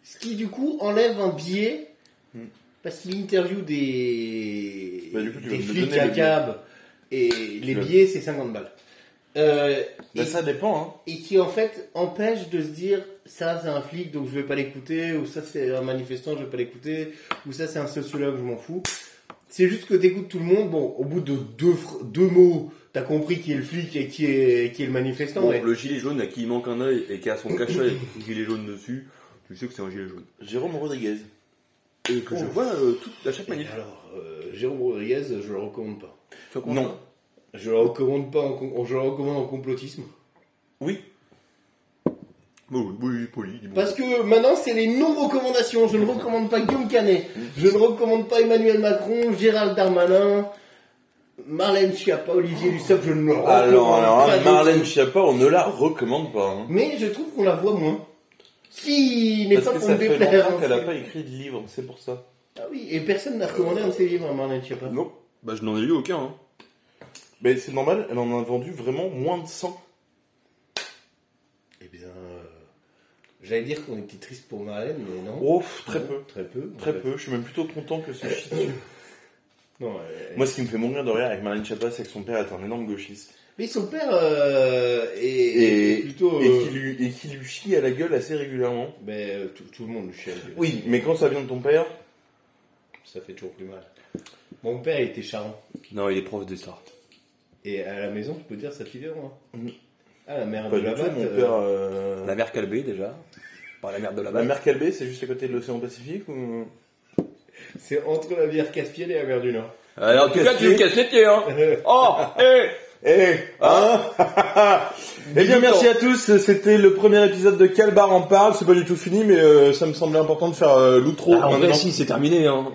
Ce qui du coup enlève un biais Hmm. parce qu'il interviewe des, Bah, du coup, tu des vas me flics donner à les cab et les vas- billets c'est 50 balles. Euh, et, Bah, ça dépend, hein. et qui en fait empêche de se dire ça c'est un flic donc je vais pas l'écouter ou ça c'est un manifestant je vais pas l'écouter ou ça c'est un sociologue je m'en fous. C'est juste que t'écoutes tout le monde. Bon, au bout de deux, fr- deux mots, t'as compris qui est le flic et qui est, qui est le manifestant. Bon, mais- Le gilet jaune à qui il manque un œil et qui a son cachet avec un gilet jaune dessus, tu sais que c'est un gilet jaune. hein. Jérôme Rodriguez. Et que je vois euh, tout, à chaque Et manif. Oh, alors, euh, Jérôme Rodriguez, je le recommande pas. Tu vois Non. Je le recommande pas en, com- je le recommande en complotisme. Oui. Bon, oui, oui, poli, dis bon. Parce que maintenant, c'est les non-recommandations. Je ne recommande pas Guillaume Canet. Je ne recommande pas Emmanuel Macron, Gérald Darmanin, Marlène Schiappa, Olivier Dussopt. Je ne le Oh, recommande Alors, alors, hein, pas. du Marlène tout. Schiappa, on ne la recommande pas. Hein. Mais je trouve qu'on la voit moins. Ce qui n'est Parce pas que pour me ça fait déplaire. longtemps hein, qu'elle n'a c'est- pas écrit de livre, c'est pour ça. Ah oui, et personne n'a recommandé un de ses livres à Marlène Schiappa. Non. Bah, je n'en ai lu aucun. Hein. Ben, c'est normal, elle en a vendu vraiment moins de 100. Eh bien, euh, j'allais dire qu'on était triste pour Marlène, mais non. Oh, pff, très Non, peu. Très peu. Très en fait. peu, je suis même plutôt content que ce shit. Non, euh, Moi, ce qui me fait mourir de rire avec Marlène Chapa, c'est que son père est un énorme gauchiste. Mais son père euh, est, Et- est plutôt. Et euh, qui lui, et qui lui chie à la gueule assez régulièrement. mais, euh, tout, tout le monde le chie à la gueule. Oui, mais quand ça vient de ton père. Ça fait toujours plus mal. Mon père il était charmant. Non, il est prof de ça. Et à la maison, je peux dire, ça filait moi. Mhm. Ah, la mère Pas de du la tout, batte, mon euh, père. euh, La mer Calbé déjà. Par la mer de la La Batte. mer Calbée, c'est juste à côté de l'océan Pacifique ou. c'est entre la bière casse-pied et la mer du Nord. [laughs] Euh, Alors, Euh, en tout cas, tu me casses les pieds, hein. [laughs] Oh, eh Eh hein Eh bien merci à tous, c'était le premier épisode de Calbar en parle, c'est pas du tout fini mais euh, ça me semblait important de faire euh, l'outro Ah, En vrai, maintenant. si, c'est terminé, hein.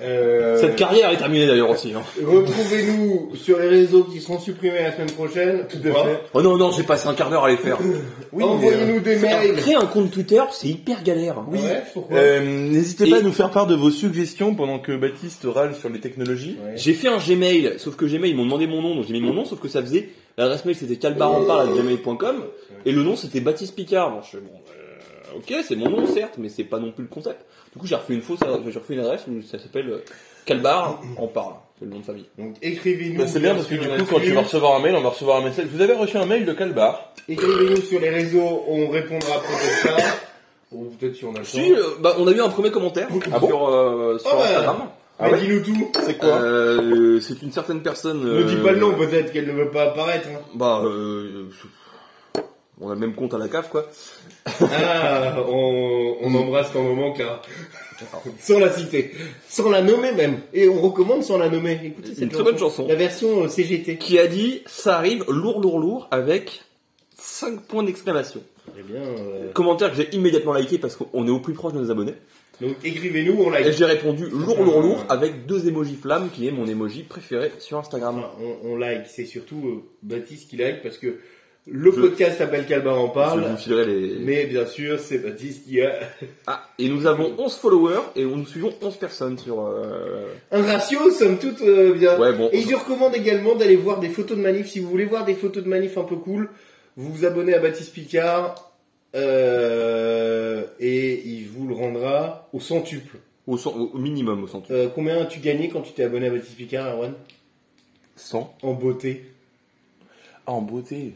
Euh, Cette carrière est terminée d'ailleurs aussi, hein. Retrouvez-nous sur les réseaux qui seront supprimés la semaine prochaine. Tout à fait. Oh non, non, j'ai passé un quart d'heure à les faire. Oui, mais, euh, Envoyez-nous des Faire- mails. Créer un compte Twitter, c'est hyper galère. Oui. pourquoi euh, n'hésitez pas Et- à nous faire part de vos suggestions pendant que Baptiste râle sur les technologies. Ouais. J'ai fait un Gmail, sauf que Gmail, ils m'ont demandé mon nom, donc j'ai mis mon nom, sauf que ça faisait, l'adresse mail c'était calbaramparle.gmail.com, et le nom c'était Baptiste Picard. Bon, je fais, bon, euh, ok, c'est mon nom certes, mais c'est pas non plus le concept. Du coup, j'ai refait une fausse, adresse- j'ai refait une adresse, où ça s'appelle euh, Calbar en parle, c'est le nom de famille. Donc écrivez-nous. Bah, c'est bien parce que du coup quand tu vas recevoir un mail, on va recevoir un message. Vous avez reçu un mail de Calbar Écrivez-nous sur les réseaux, on répondra peut-être ça. Ou peut-être si on a le temps. Si, euh, bah, on a eu un premier commentaire sur, euh, sur Ah ouais. Instagram. Mais Ah ouais dis-nous tout. C'est quoi Euh, c'est une certaine personne. Ne euh, dis pas le nom, peut-être qu'elle ne veut pas apparaître. [laughs] hein. Bah, euh, on a le même compte à la cave, quoi. Ah, on, on embrasse ton moment car [laughs] sans la citer, sans la nommer même, et on recommande sans la nommer. Écoutez, Une cette très bonne chanson. La version euh, CGT. Qui a dit, ça arrive lourd, lourd, lourd, avec 5 points d'exclamation. Eh bien, euh, Commentaire que j'ai immédiatement liké parce qu'on est au plus proche de nos abonnés. donc écrivez-nous, on Et like. j'ai répondu lourd, lourd, lourd avec deux émojis flammes qui est mon émoji préféré sur Instagram. Enfin, on, on like, c'est surtout euh, Baptiste qui like parce que le podcast s'appelle Calbar en Je vous parle, filerai les- mais bien sûr c'est Baptiste qui a Ah, et nous avons 11 followers et nous suivons 11 personnes sur. euh, un ratio, somme toute euh, bien. Ouais, bon. Et je recommande également d'aller voir des photos de manif. Si vous voulez voir des photos de manif un peu cool, vous vous abonnez à Baptiste Picard euh, et il vous le rendra au centuple. Au, cent- au minimum, au centuple. Euh, combien as-tu gagné quand tu t'es abonné à Baptiste Picard, Erwan 100. En beauté. Ah en beauté.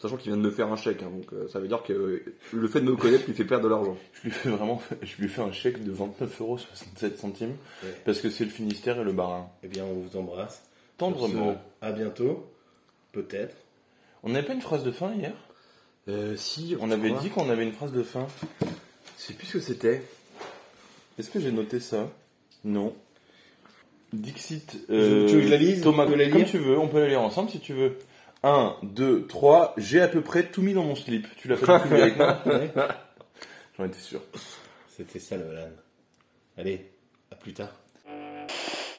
Sachant qu'il vient de me faire un chèque, hein, donc euh, ça veut dire que euh, le fait de me connaître lui fait perdre de l'argent. Je lui fais vraiment [laughs] je lui fais un chèque de 29,67€ parce que c'est le Finistère et le Barin. Eh bien, on vous embrasse. Tendrement. Sur ce, À bientôt. Peut-être. On n'avait pas une phrase de fin hier Euh, si, On avait dit qu'on avait une phrase de fin. Je sais plus ce que c'était. Est-ce que j'ai noté ça Non. Dixit. euh, Tu veux que je la lise Thomas, On peut la lire comme tu veux, on peut la lire ensemble si tu veux. 1, 2, 3, j'ai à peu près tout mis dans mon slip. Tu l'as fait tout avec moi Ouais. J'en étais sûr. C'était ça le LAN. Allez, à plus tard.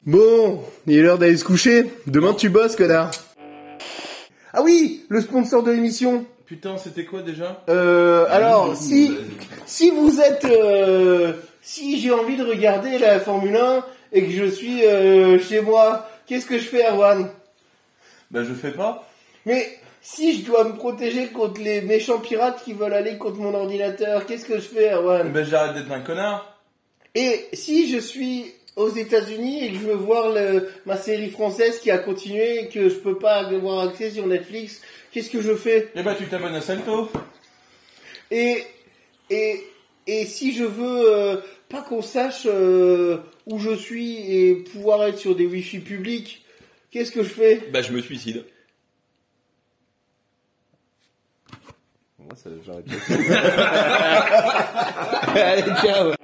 Bon, il est l'heure d'aller se coucher. Demain tu bosses, connard. Ah oui, le sponsor de l'émission. Putain, c'était quoi déjà Euh, alors, si, si vous êtes, euh, si j'ai envie de regarder la Formule 1 et que je suis euh, chez moi, qu'est-ce que je fais, Erwan Bah je fais pas. Mais si je dois me protéger contre les méchants pirates qui veulent aller contre mon ordinateur, qu'est-ce que je fais, Erwan Bah j'arrête d'être un connard. Et si je suis aux États-Unis et que je veux voir le- ma série française qui a continué et que je peux pas avoir accès sur Netflix, qu'est-ce que je fais Et bah tu t'abonnes à Salto. Et et et si je veux euh, pas qu'on sache euh, où je suis et pouvoir être sur des wifi publics, qu'est-ce que je fais Bah je me suicide. Moi ça j'arrête. Allez, ciao.